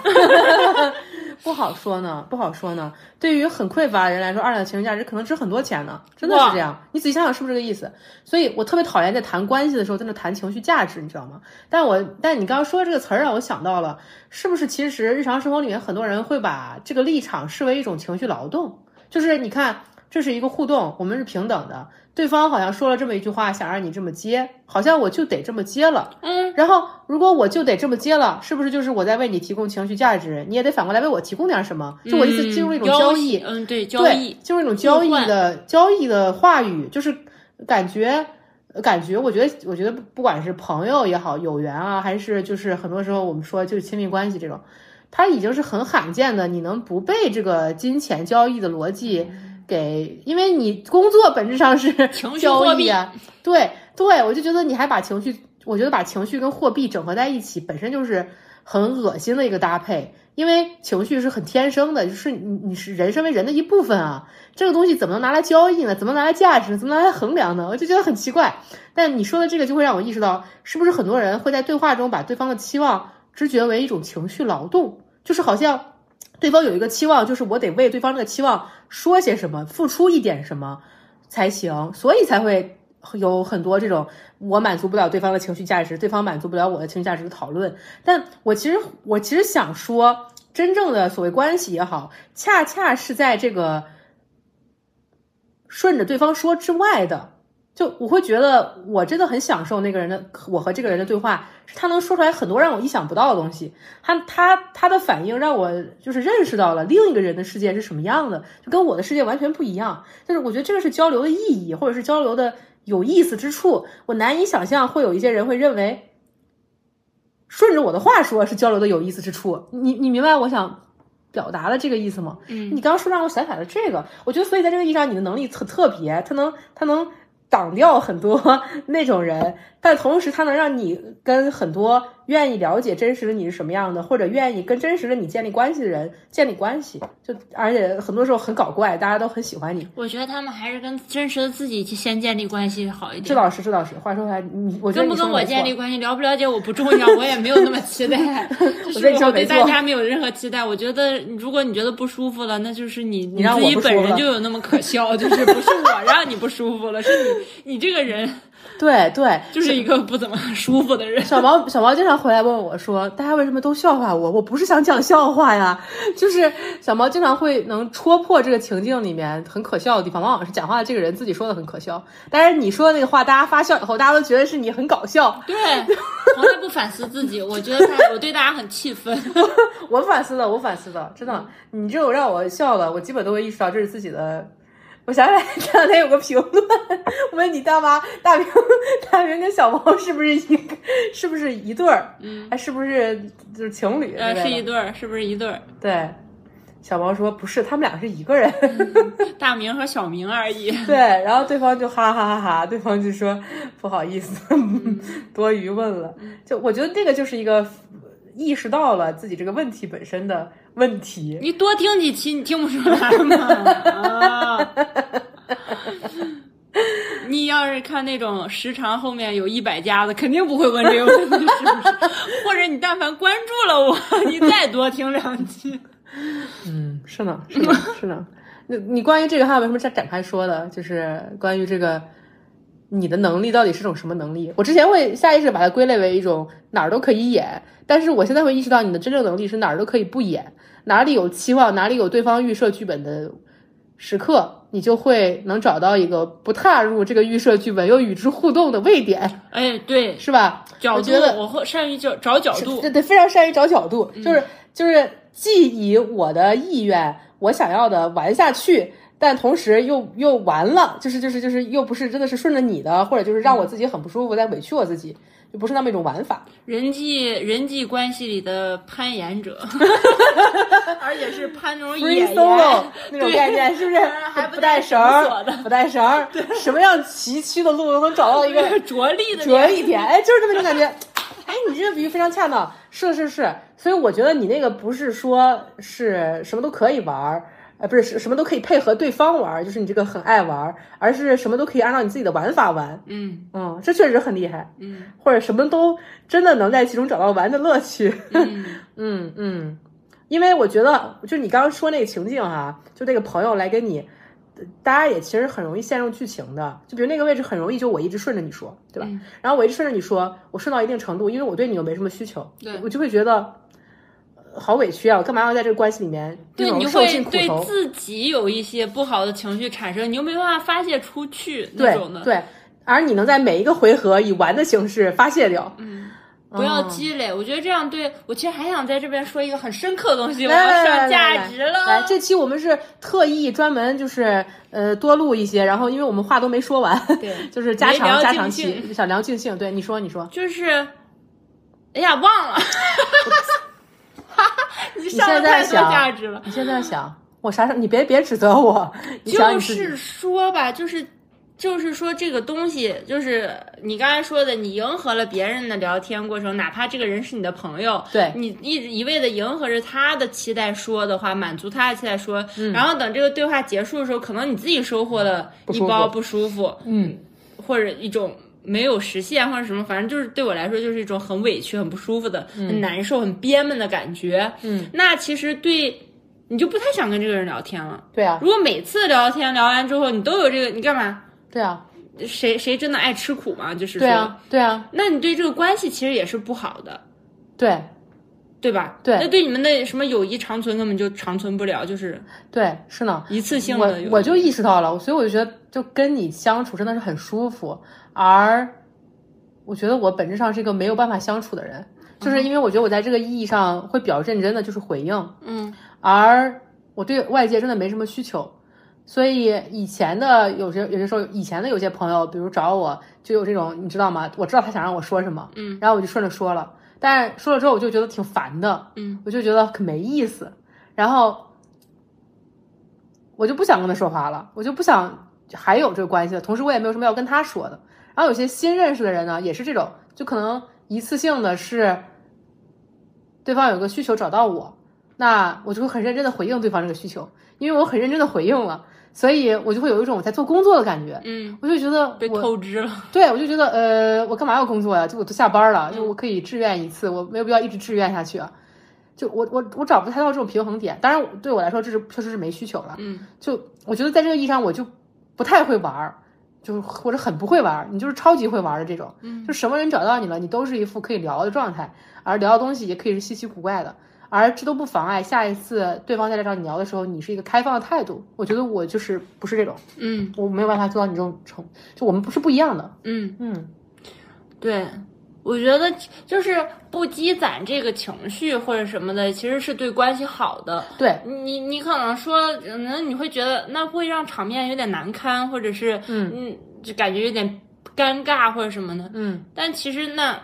B: 不好说呢，不好说呢。对于很匮乏的人来说，二两情绪价值可能值很多钱呢，真的是这样。你仔细想想，是不是这个意思？所以我特别讨厌在谈关系的时候在那谈情绪价值，你知道吗？但我但你刚刚说这个词儿让我想到了，是不是其实日常生活里面很多人会把这个立场视为一种情绪劳动？就是你看，这是一个互动，我们是平等的。对方好像说了这么一句话，想让你这么接，好像我就得这么接了。嗯，然后如果我就得这么接了，是不是就是我在为你提供情绪价值？你也得反过来为我提供点什么？就我意思，进入一种交易，
A: 嗯，对，交
B: 对
A: 易，，
B: 进入一种交易
A: 互换
B: 的交易的话语，就是感觉。感觉，我觉得，我觉得不管是朋友也好，有缘啊，还是就是很多时候我们说就是亲密关系这种，它已经是很罕见的，你能不被这个金钱交易的逻辑
A: 嗯
B: 给，因为你工作本质上是
A: 情绪货
B: 交易
A: 币，
B: 啊，对对，我就觉得你还把情绪，我觉得把情绪跟货币整合在一起，本身就是很恶心的一个搭配。因为情绪是很天生的，就是你你是人身为人的一部分啊，这个东西怎么能拿来交易呢？怎么能拿来价值呢？怎么能拿来衡量呢？我就觉得很奇怪。但你说的这个就会让我意识到，是不是很多人会在对话中把对方的期望知觉为一种情绪劳动，就是好像对方有一个期望，就是我得为对方这个期望说些什么，付出一点什么才行，所以才会有很多这种我满足不了对方的情绪价值，对方满足不了我的情绪价值的讨论。但我其实我其实想说，真正的所谓关系也好，恰恰是在这个顺着对方说之外的。就我会觉得，我真的很享受那个人的，我和这个人的对话，是他能说出来很多让我意想不到的东西。他他他的反应让我就是认识到了另一个人的世界是什么样的，就跟我的世界完全不一样。就是我觉得这个是交流的意义，或者是交流的有意思之处。我难以想象会有一些人会认为，顺着我的话说是交流的有意思之处。你你明白我想表达的这个意思吗？
A: 嗯，
B: 你刚刚说让我想起来了这个，我觉得所以在这个意义上，你的能力特特别，他能他能挡掉很多 那种人，但同时他能让你跟很多愿意了解真实的你是什么样的，或者愿意跟真实的你建立关系的人建立关系，就而且很多时候很搞怪，大家都很喜欢你。
A: 我觉得他们还是跟真实的自己去先建立关系好一点。
B: 这倒是，这倒是。话说回来，你我觉得
A: 跟
B: 你
A: 不
B: 说
A: 跟
B: 得
A: 我
B: 没错
A: 建立关系，了不了解我不重要，我也没有那么期 待。就
B: 我跟你
A: 是
B: 说
A: 我对
B: 没错
A: 大家没有任何期待。我觉得，如果你觉得不舒服了，那就是你你
B: 让
A: 自
B: 我
A: 己
B: 不舒
A: 本
B: 服
A: 人
B: 了
A: 就有那么可 笑，就是不是我让你不舒服了，是你你这个人
B: 对对，
A: 就是一个不怎么舒服的人。
B: 小 毛小毛经常回来问我说：“大家为什么都笑话我？我不是想讲笑话呀，就是小毛经常会能戳破这个情境里面很可笑的地方，往往是讲话的这个人自己说的很可笑，但是你说的那个话，大家发笑以后，大家都觉得是你很搞笑。
A: 对，从来不反思自己，我觉得他我对大家很气 愤。
B: 我反思了，我反思了，真的，
A: 嗯
B: 你这种让我笑了，我基本都会意识到这是自己的。我想起来这两天有个评论，问你大妈大明大明跟小毛是不是一个是不是一对儿，哎
A: 嗯，
B: 还是不是就是情侣之类的？
A: 呃，是一对儿，是不是一对儿？
B: 对，小毛说不是，他们俩是一个人。
A: 嗯大明和小明而已。
B: 对，然后对方就哈哈哈哈，对方就说不好意思，
A: 嗯
B: 多余问了。就我觉得这个就是一个意识到了自己这个问题本身的问题。
A: 你多听几期，你听不出来吗？啊！ 你要是看那种时长后面有一百加的，肯定不会问这个问题，是不是？或者你但凡关注了我，你再多听两期。
B: 嗯，是呢，是呢，是呢。那你关于这个还有没有什么展展开说的？就是关于这个你的能力到底是种什么能力？我之前会下意识地把它归类为一种哪儿都可以演，但是我现在会意识到你的真正能力是哪儿都可以不演，哪里有期望，哪里有对方预设剧本的时刻，你就会能找到一个不踏入这个预设剧本又与之互动的位点，
A: 哎，对，
B: 是吧？
A: 角
B: 我
A: 度
B: 觉得，
A: 我会善于找找角度。嗯
B: 对对，非常善于找角度，就是就是既以我的意愿，我想要的玩下去，但同时又又完了，就是就是就是又不是真的是顺着你的，或者就是
A: 嗯
B: 让我自己很不舒服，但委屈我自己，就不是那么一种玩法。
A: 人际人际关系里的攀岩者， 而且是攀那种
B: free
A: 野
B: solo
A: 岩，
B: 那种
A: 对
B: 概念是不是？
A: 还不
B: 不带
A: 带
B: 绳
A: 绳索
B: 儿
A: 的，
B: 不带绳儿，什么样崎岖的路都能找到一个
A: 着力的那
B: 着力点，哎，就是这么一种感觉。哎，你这个比喻非常恰当，是是是，所以我觉得你那个不是说是什么都可以玩儿，呃，不是是什么都可以配合对方玩儿，就是你这个很爱玩儿，而是什么都可以按照你自己的玩法玩，
A: 嗯
B: 嗯，这确实很厉害，
A: 嗯
B: 或者什么都真的能在其中找到玩的乐趣，
A: 嗯，
B: 嗯嗯，因为我觉得，就你刚刚说那个情境哈、就那个朋友来跟你，呃大家也其实很容易陷入剧情的。就比如那个位置很容易，就我一直顺着你说，对
A: 嗯
B: 吧？然后我一直顺着你说，我顺到一定程度，因为我对你又没什么需求，
A: 对
B: 我就会觉得呃好委屈啊！我干嘛要在这个关系里面
A: 对，
B: 那
A: 你
B: 种
A: 就
B: 受
A: 会
B: 尽苦
A: 对
B: 头？
A: 自己有一些不好的情绪产生，你又没办法发泄出去那
B: 对
A: 种的。
B: 对，而你能在每一个回合以玩的形式发泄掉。
A: 嗯不
B: 哦
A: 要积累，我觉得这样对我其实还想在这边说一个很深刻的东西，我
B: 来
A: 要
B: 来来
A: 上
B: 来
A: 价
B: 来
A: 值
B: 来，
A: 了。
B: 这期我们是特意专门就是呃多录一些，然后因为我们话都没说完，
A: 对
B: 就是加
A: 没
B: 长
A: 聊
B: 加长
A: 尽兴
B: 期，想聊尽兴。对，你说你说，
A: 就是，哎呀，忘了， 你上了
B: 现在
A: 太多
B: 想
A: 价值了。
B: 你现在想我啥时候？你别别指责我，你想
A: 就
B: 你自己
A: 是说吧，就是就是说这个东西，就是你刚才说的，你迎合了别人的聊天过程，哪怕这个人是你的朋友，
B: 对
A: 你一直一味的迎合着他的期待说的话，满足他的期待说，
B: 嗯
A: 然后等这个对话结束的时候，可能你自己收获了一
B: 舒服
A: 包不舒服，
B: 嗯，
A: 或者一种。没有实现或者什么，反正就是对我来说就是一种很委屈、很不舒服的、
B: 嗯
A: 很难受、很憋闷的感觉。嗯，那其实对你就不太想跟这个人聊天了。
B: 对啊
A: 如果每次聊天聊完之后，你都有这个，你干嘛？
B: 对啊
A: 谁谁真的爱吃苦嘛？就是说，
B: 对啊对啊
A: 那你对这个关系其实也是不好的，
B: 对
A: 对吧？
B: 对
A: 那对你们的什么友谊长存根本就长存不了，就是
B: 对是呢，
A: 一次性
B: 我
A: 的友谊。
B: 我就意识到了，所以我就觉得就跟你相处真的是很舒服，而我觉得我本质上是一个没有办法相处的人，就是因为我觉得我在这个意义上会比较认真的就是回应，
A: 嗯，
B: 而我对外界真的没什么需求，所以以前的有些有些时候，以前的有些朋友，比如找我就有这种，你知道吗？我知道他想让我说什么，嗯，然后我就顺着说了，但是说了之后我就觉得挺烦的，
A: 嗯，
B: 我就觉得可没意思，然后我就不想跟他说话了，我就不想还有这个关系了，同时我也没有什么要跟他说的。然后有些新认识的人呢，也是这种，就可能一次性的是对方有个需求找到我，那我就会很认真的回应对方这个需求，因为我很认真的回应了，所以我就会有一种我在做工作的感觉。
A: 嗯，
B: 我就觉得
A: 被
B: 我
A: 透支了。
B: 对我就觉得呃，我干嘛要工作呀？就我都下班了，就我可以志愿一次，我没有必要一直志愿下去啊。就我我我找不太到这种平衡点，当然对我来说这是确实是没需求了。
A: 嗯，
B: 就我觉得在这个意义上，我就不太会玩儿，就是或者很不会玩儿，你就是超级会玩儿的这种。嗯，就什么人找到你了，你都是一副可以聊的状态，而聊的东西也可以是稀奇古怪的，而这都不妨碍下一次对方再来找你聊的时候，你是一个开放的态度。我觉得我就是不是这种，
A: 嗯
B: 我没有办法做到你这种程，就我们不是不一样的。
A: 嗯。
B: 嗯，
A: 对，我觉得就是不积攒这个情绪或者什么的，其实是对关系好的。
B: 对，
A: 你你可能说，可能你会觉得那会让场面有点难堪，或者是
B: 嗯
A: 嗯，就感觉有点尴尬或者什么的。
B: 嗯，
A: 但其实那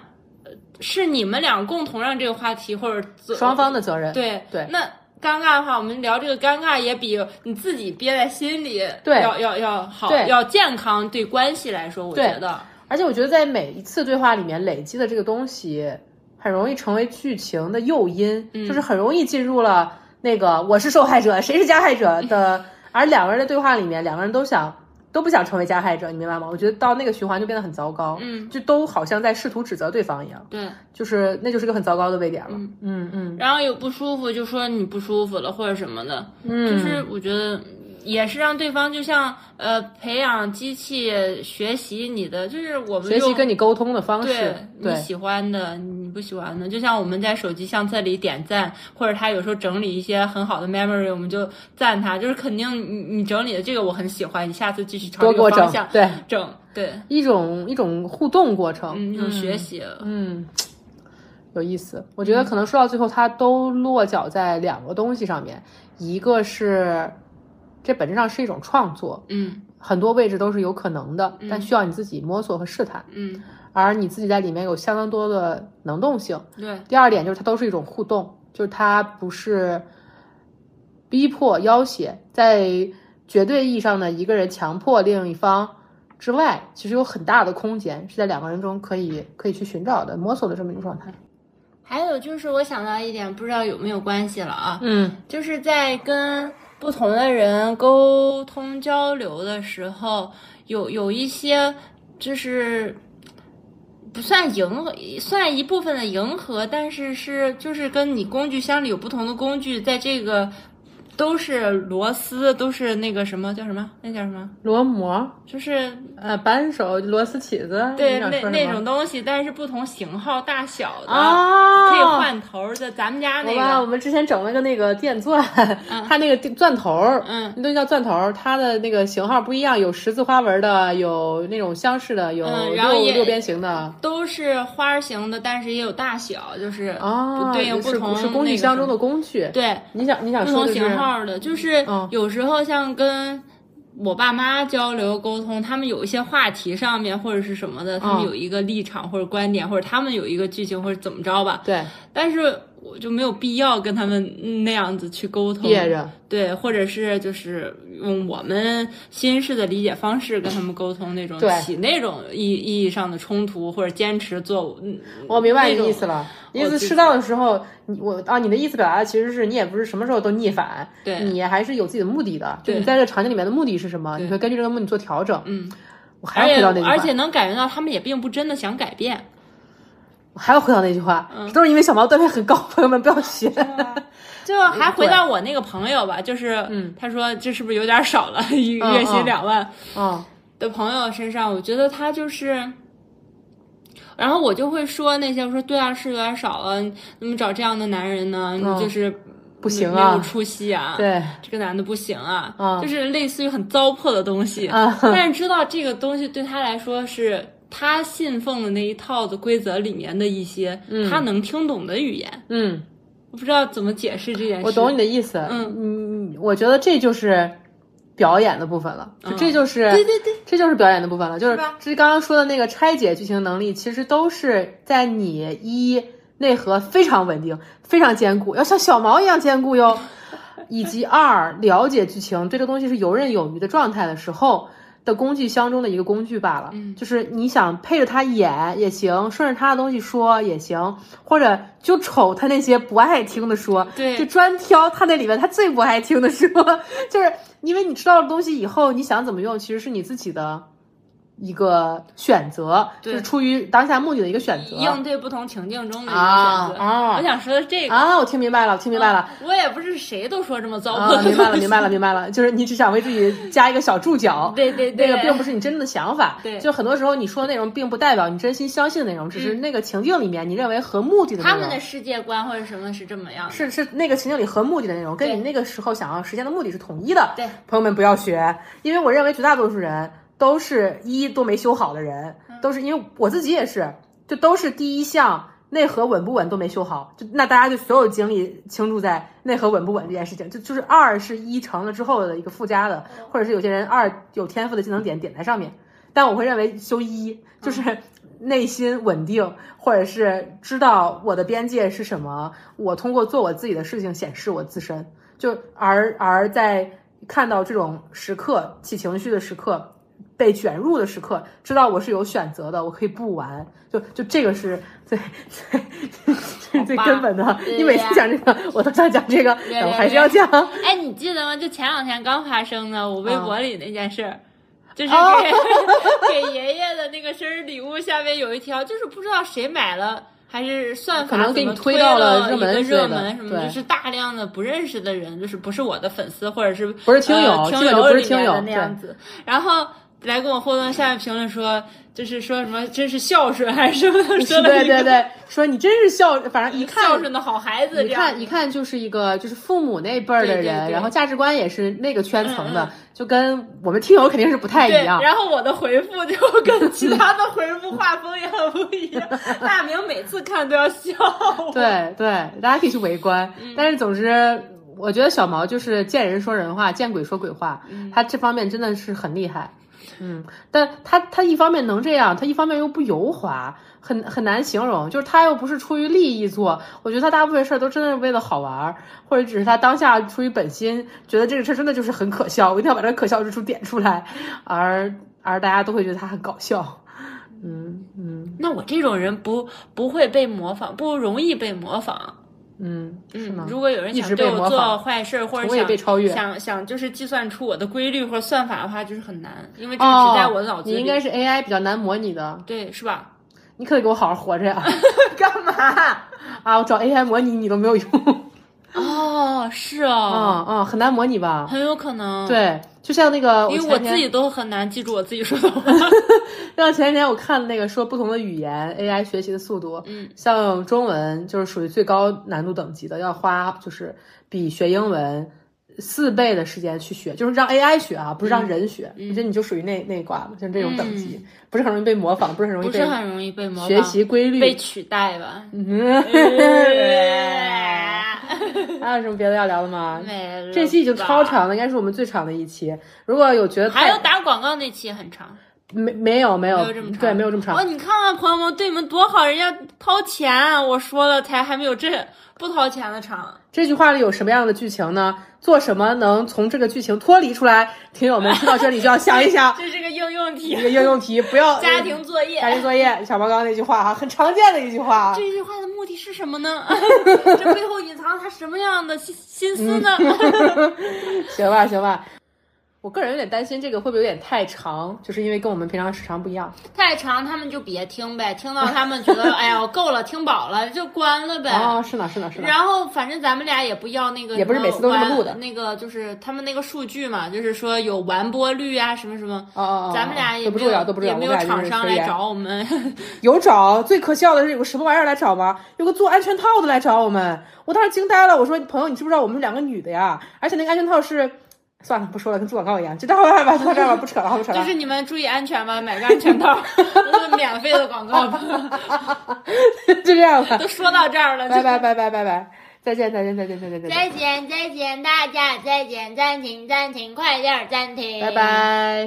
A: 呃是你们俩共同让这个话题或者做
B: 嗯双方的责任。
A: 对
B: 对
A: 那尴尬的话，我们聊这个尴尬也比你自己憋在心里
B: 对
A: 要要要好，
B: 对
A: 要健康，对关系来说，我
B: 对
A: 觉得
B: 而且我觉得在每一次对话里面累积的这个东西，很容易成为剧情的诱因，
A: 嗯
B: 就是很容易进入了那个我是受害者，谁是加害者 的。而两个人的对话里面，两个人都想都不想成为加害者，你明白吗？我觉得到那个循环就变得很糟糕，
A: 嗯，
B: 就都好像在试图指责对方一样，
A: 对。
B: 就是那就是个很糟糕的位点了，嗯嗯
A: 然后有不舒服就说你不舒服了或者什么的，
B: 嗯，
A: 就是我觉得也是让对方就像呃培养机器学习你的，就是我们
B: 嗯学习
A: 用
B: 跟你沟通的方式
A: 对，
B: 对
A: 你喜欢的你不喜欢的，就像我们在手机相册里点赞，或者他有时候整理一些很好的 memory，我们就赞他，就是肯定你你整理的这个我很喜欢，你下次继续朝
B: 多
A: 这
B: 过
A: 个
B: 程
A: 方向，
B: 对
A: 整对，
B: 一种一种互动过程，
A: 嗯，一种学习，
B: 嗯，有意思。我觉得可能说到最后，它都落脚在两个东西上面，一个是这本质上是一种创作，
A: 嗯
B: 很多位置都是有可能的，但需要你自己摸索和试探，
A: 嗯，
B: 而你自己在里面有相当多的能动性。
A: 对，
B: 第二点就是它都是一种互动，就是它不是逼迫、要挟，在绝对意义上的一个人强迫另一方之外，其实有很大的空间是在两个人中可以可以去寻找的、摸索的这么一种状态。
A: 还有就是我想到一点，不知道有没有关系了啊，
B: 嗯
A: 就是在跟不同的人沟通交流的时候，有有一些就是不算迎合，算一部分的迎合，但是是就是跟你工具箱里有不同的工具，在这个都是螺丝，都是那个什么叫什么，那叫什么，
B: 螺膜、
A: 就是
B: 呃扳手、螺丝起子，
A: 对
B: 你想
A: 那
B: 说什
A: 那
B: 么
A: 种东西，但是不同型号、大小的，
B: 啊，
A: 可以换头儿的。咱们家那
B: 好吧，我
A: 个，
B: 们之前整了个那个电钻， 它那个电钻头儿，
A: 嗯，
B: 那东西叫钻头儿，它的那个型号不一样，有十字花纹的，有那种相似的，有
A: 嗯然后
B: 六
A: 也
B: 六边形的。
A: 都是花儿型的，但是也有大小，就是
B: 啊，
A: 不对应不
B: 是
A: 同
B: 是工
A: 那
B: 具
A: 个
B: 箱
A: 什
B: 中
A: 么
B: 的工具。
A: 对
B: 你想你想
A: 不
B: 说
A: 同
B: 的
A: 型
B: 是，
A: 号的，就是
B: 嗯
A: 有时候像跟我爸妈交流沟通，他们有一些话题上面或者是什么的，他们
B: 嗯
A: 有一个立场或者观点，或者他们有一个剧情或者怎么着吧，
B: 对，
A: 但是我就没有必要跟他们那样子去沟通，
B: 憋着。
A: 对，或者是就是用我们新式的理解方式跟他们沟通那种
B: 对
A: 起那种意意义上的冲突或者坚持做，嗯，
B: 我明白
A: 那
B: 你
A: 种
B: 意思了。你意
A: 我
B: 思
A: 自
B: 适当的时候，你我啊，你的意思表达的其实是你也不是什么时候都逆反，
A: 对
B: 你还是有自己的目的的。就
A: 对
B: 你在这个场景里面的目的是什么？
A: 对
B: 你会根据这个目的做调整。
A: 嗯，
B: 我还
A: 而
B: 要
A: 且
B: 回到那句话，
A: 而且能感觉到他们也并不真的想改变，
B: 我还要回到那句话，这都是因为小毛段位很高，朋友们不要学。
A: 就还回到我那个朋友吧，就是，
B: 嗯，
A: 他说这是不是有点少了？ 一
B: 嗯
A: 月薪
B: 嗯
A: 两万
B: 嗯
A: 的朋友身上，我觉得他就是，然后我就会说那些，我说对啊，是有点少了，你怎么找这样的男人呢？你
B: 嗯
A: 就是
B: 不行
A: 没有
B: 啊，
A: 出息啊，
B: 对
A: 这个男的不行啊，
B: 嗯
A: 就是类似于很糟粕的东西，
B: 啊，
A: 但是知道这个东西对他来说是他信奉的那一套的规则里面的一些、他能听懂的语言，
B: 嗯，
A: 我不知道怎么解释这件事，
B: 我懂你的意思。嗯，我觉得这就是表演的部分了，就这就是
A: 对对对，
B: 这就是表演的部分了，就是
A: 吧
B: 这刚刚说的那个拆解剧情能力，其实都是在你一内核非常稳定、非常坚固，要像小毛一样坚固哟，以及二了解剧情，对这个东西是游刃有余的状态的时候的工具箱中的一个工具罢了。
A: 嗯
B: 就是你想配着它演也行，顺着它的东西说也行，或者就瞅他那些不爱听的说，
A: 对
B: 就专挑他那里面他最不爱听的说，就是因为你知道了东西以后，你想怎么用，其实是你自己的一个选择，就
A: 对
B: 是出于当下目的的一个选择。
A: 应对不同情境中的一个
B: 啊
A: 选择。
B: 啊
A: 我想说的这个，
B: 啊，我听明白了，我听明白了。
A: 我也不是谁都说这么糟
B: 啊，
A: 粕
B: 明白了，
A: 的东西
B: 明白了，明白了，就是你只想为自己加一个小注 脚，
A: 对对
B: 那
A: 对，
B: 个并不是你真正的想法。
A: 对
B: 就很多时候你说的内容并不代表你真心相信的内容，只是那个情境里面你认为和目的的内
A: 嗯他
B: 容。
A: 们的世界观或者什么是这么样的。
B: 是是那个情景里和目的的内容，跟
A: 嗯对
B: 你那个时候想要实现的目的是统一的。
A: 对，
B: 朋友们不要学，因为我认为绝大多数人都是一都没修好的人，
A: 嗯
B: 都是因为我自己也是，就都是第一项内核稳不稳都没修好，就那大家就所有精力倾注在内核稳不稳这件事情，就就是二是一成了之后的一个附加的，
A: 嗯
B: 或者是有些人二有天赋的技能点点在上面，但我会认为修一就是。
A: 嗯
B: 内心稳定，或者是知道我的边界是什么，我通过做我自己的事情显示我自身，就而而在看到这种时刻起情绪的时刻，被卷入的时刻，知道我是有选择的，我可以不玩，就就这个是最最最最
A: 好吧
B: 根本的。
A: 对
B: 你每次
A: 呀
B: 讲这个，我都想讲这个，
A: 对
B: 但我
A: 对
B: 还是要讲。
A: 哎，你记得吗？就前两天刚发生的我微博里那件事儿。就是给、
B: 嗯哦
A: 给 爷爷的那个生日礼物下面有一条，就是不知道谁买了，还是算法
B: 可能给
A: 怎么
B: 你推
A: 推
B: 到
A: 了
B: 了热
A: 一
B: 门
A: 个
B: 之类的
A: 热门什么，
B: 对
A: 就是大量的不认识的人，就是不是我的粉丝或者是
B: 不是听友
A: 呃、听
B: 这个就不是
A: 里面
B: 听友
A: 的那样子，然后来跟我互动，下面评论说就是说什么真是孝顺还是什 么的，说了
B: 对
A: 一个
B: 对对，说你真是孝，反正一看
A: 孝顺的好孩子，
B: 你
A: 这样
B: 看，一看就是一个就是父母那辈儿的人，
A: 对对对
B: 然后价值观也是那个圈层的，
A: 嗯嗯
B: 就跟我们听友肯定是不太
A: 对，
B: 一样。
A: 然后我的回复就跟其他的回复画风也很不一样。大明每次看都要笑我。
B: 对对，大家可以去围观。
A: 嗯
B: 但是总之，我觉得小毛就是见人说人话，见鬼说鬼话，
A: 嗯
B: 他这方面真的是很厉害。嗯，但他他一方面能这样，他一方面又不油滑，很很难形容。就是他又不是出于利益做，我觉得他大部分事儿都真的是为了好玩儿，或者只是他当下出于本心，觉得这个事儿真的就是很可笑，我一定要把这个可笑之处点出来，而而大家都会觉得他很搞笑。嗯嗯
A: 那我这种人不不会被模仿，不容易被模仿。
B: 嗯，是
A: 嗯
B: 吗，？
A: 如果有人
B: 一直
A: 想对
B: 被模
A: 我做
B: 仿
A: 坏事儿，或者
B: 从未
A: 想
B: 被超越
A: 想想就是计算出我的规律或者算法的话，就是很难，因为这个
B: 哦，
A: 只在我的脑子里。
B: 你应该是 AI 比较难模拟的，
A: 对，是吧？
B: 你可得给我好好活 着呀！干嘛啊？我找 AI 模拟你都没有用，
A: 哦，是
B: 啊
A: 哦，
B: 啊，很难模拟吧？
A: 很有可能，，
B: 对，就像那个，
A: 因为
B: 前
A: 我
B: 天
A: 自己都很难记住我自己说的 话。
B: 像前几天我看那个说不同的语言 AI 学习的速度，
A: 嗯，
B: 像中文就是属于最高难度等级的，要花就是比学英文四倍的时间去学，就是让 AI 学啊，
A: 嗯
B: 不是让人学。我觉得你就属于那那一挂嘛，像这种等级，不是很容易被模仿，不是很容易
A: 不
B: 被
A: 是很容易被模仿，
B: 学习规律
A: 被取代吧？
B: 嗯还啊有什么别的要聊的吗？
A: 没了，
B: 这期已经超，长了，应该是我们最长的一期。如果有觉得太
A: 还有打广告那期也很长，
B: 没没有没有
A: 没有这么长
B: 对没有这么长
A: 哦，，你看看朋友们对你们多好，人家掏钱，啊我说了才还没有这不掏钱的长。
B: 这句话里有什么样的剧情呢？做什么能从这个剧情脱离出来？听友们听到这里就要想一 想
A: 这是个应用题
B: 这，个应用题，不要
A: 家庭作业。
B: 家庭作业。小毛刚刚那句话啊，很常见的一句话啊。
A: 这句话的目的是什么 呢？这背后隐藏了他什么样的心心思呢？
B: 嗯行吧，行吧。我个人有点担心这个会不会有点太长，就是因为跟我们平常时长不一样。
A: 太长他们就别听呗，听到他们觉 得哎呀我够了，听饱了就关了呗。
B: 哦，是呢，是呢，是呢。
A: 然后反正咱们俩也不要那个，
B: 也不是每次都这么录的
A: 那个就是他们那个数据嘛，就是说有完播率啊什么什么。
B: 哦哦，哦
A: 咱们俩也
B: 都不
A: 没
B: 重要，
A: 有
B: 都不重
A: 也
B: 要。
A: 没
B: 我
A: 有
B: 们俩就
A: 厂
B: 是啊
A: 商
B: 随
A: 来
B: 缘
A: 找我们，
B: 有找，最可笑的是有个什么玩意儿来找吗？有个做安全套的来找我们，我当时惊呆了。我说朋友，你知不知道我们是两个女的呀？而且那个安全套是，算了，不说了，跟 做广告一样。就到这儿吧，到这儿吧，不扯了，不扯了。
A: 就是你们注意安全吧，买个安全套， 这是免费的广告吧。
B: 就这样 吧，
A: 都说到这儿了，
B: 拜拜拜拜拜拜，再见再见再见再见再见，
E: 再见，再见，大家再见，暂停，暂停，快点儿暂停，
B: 拜。拜。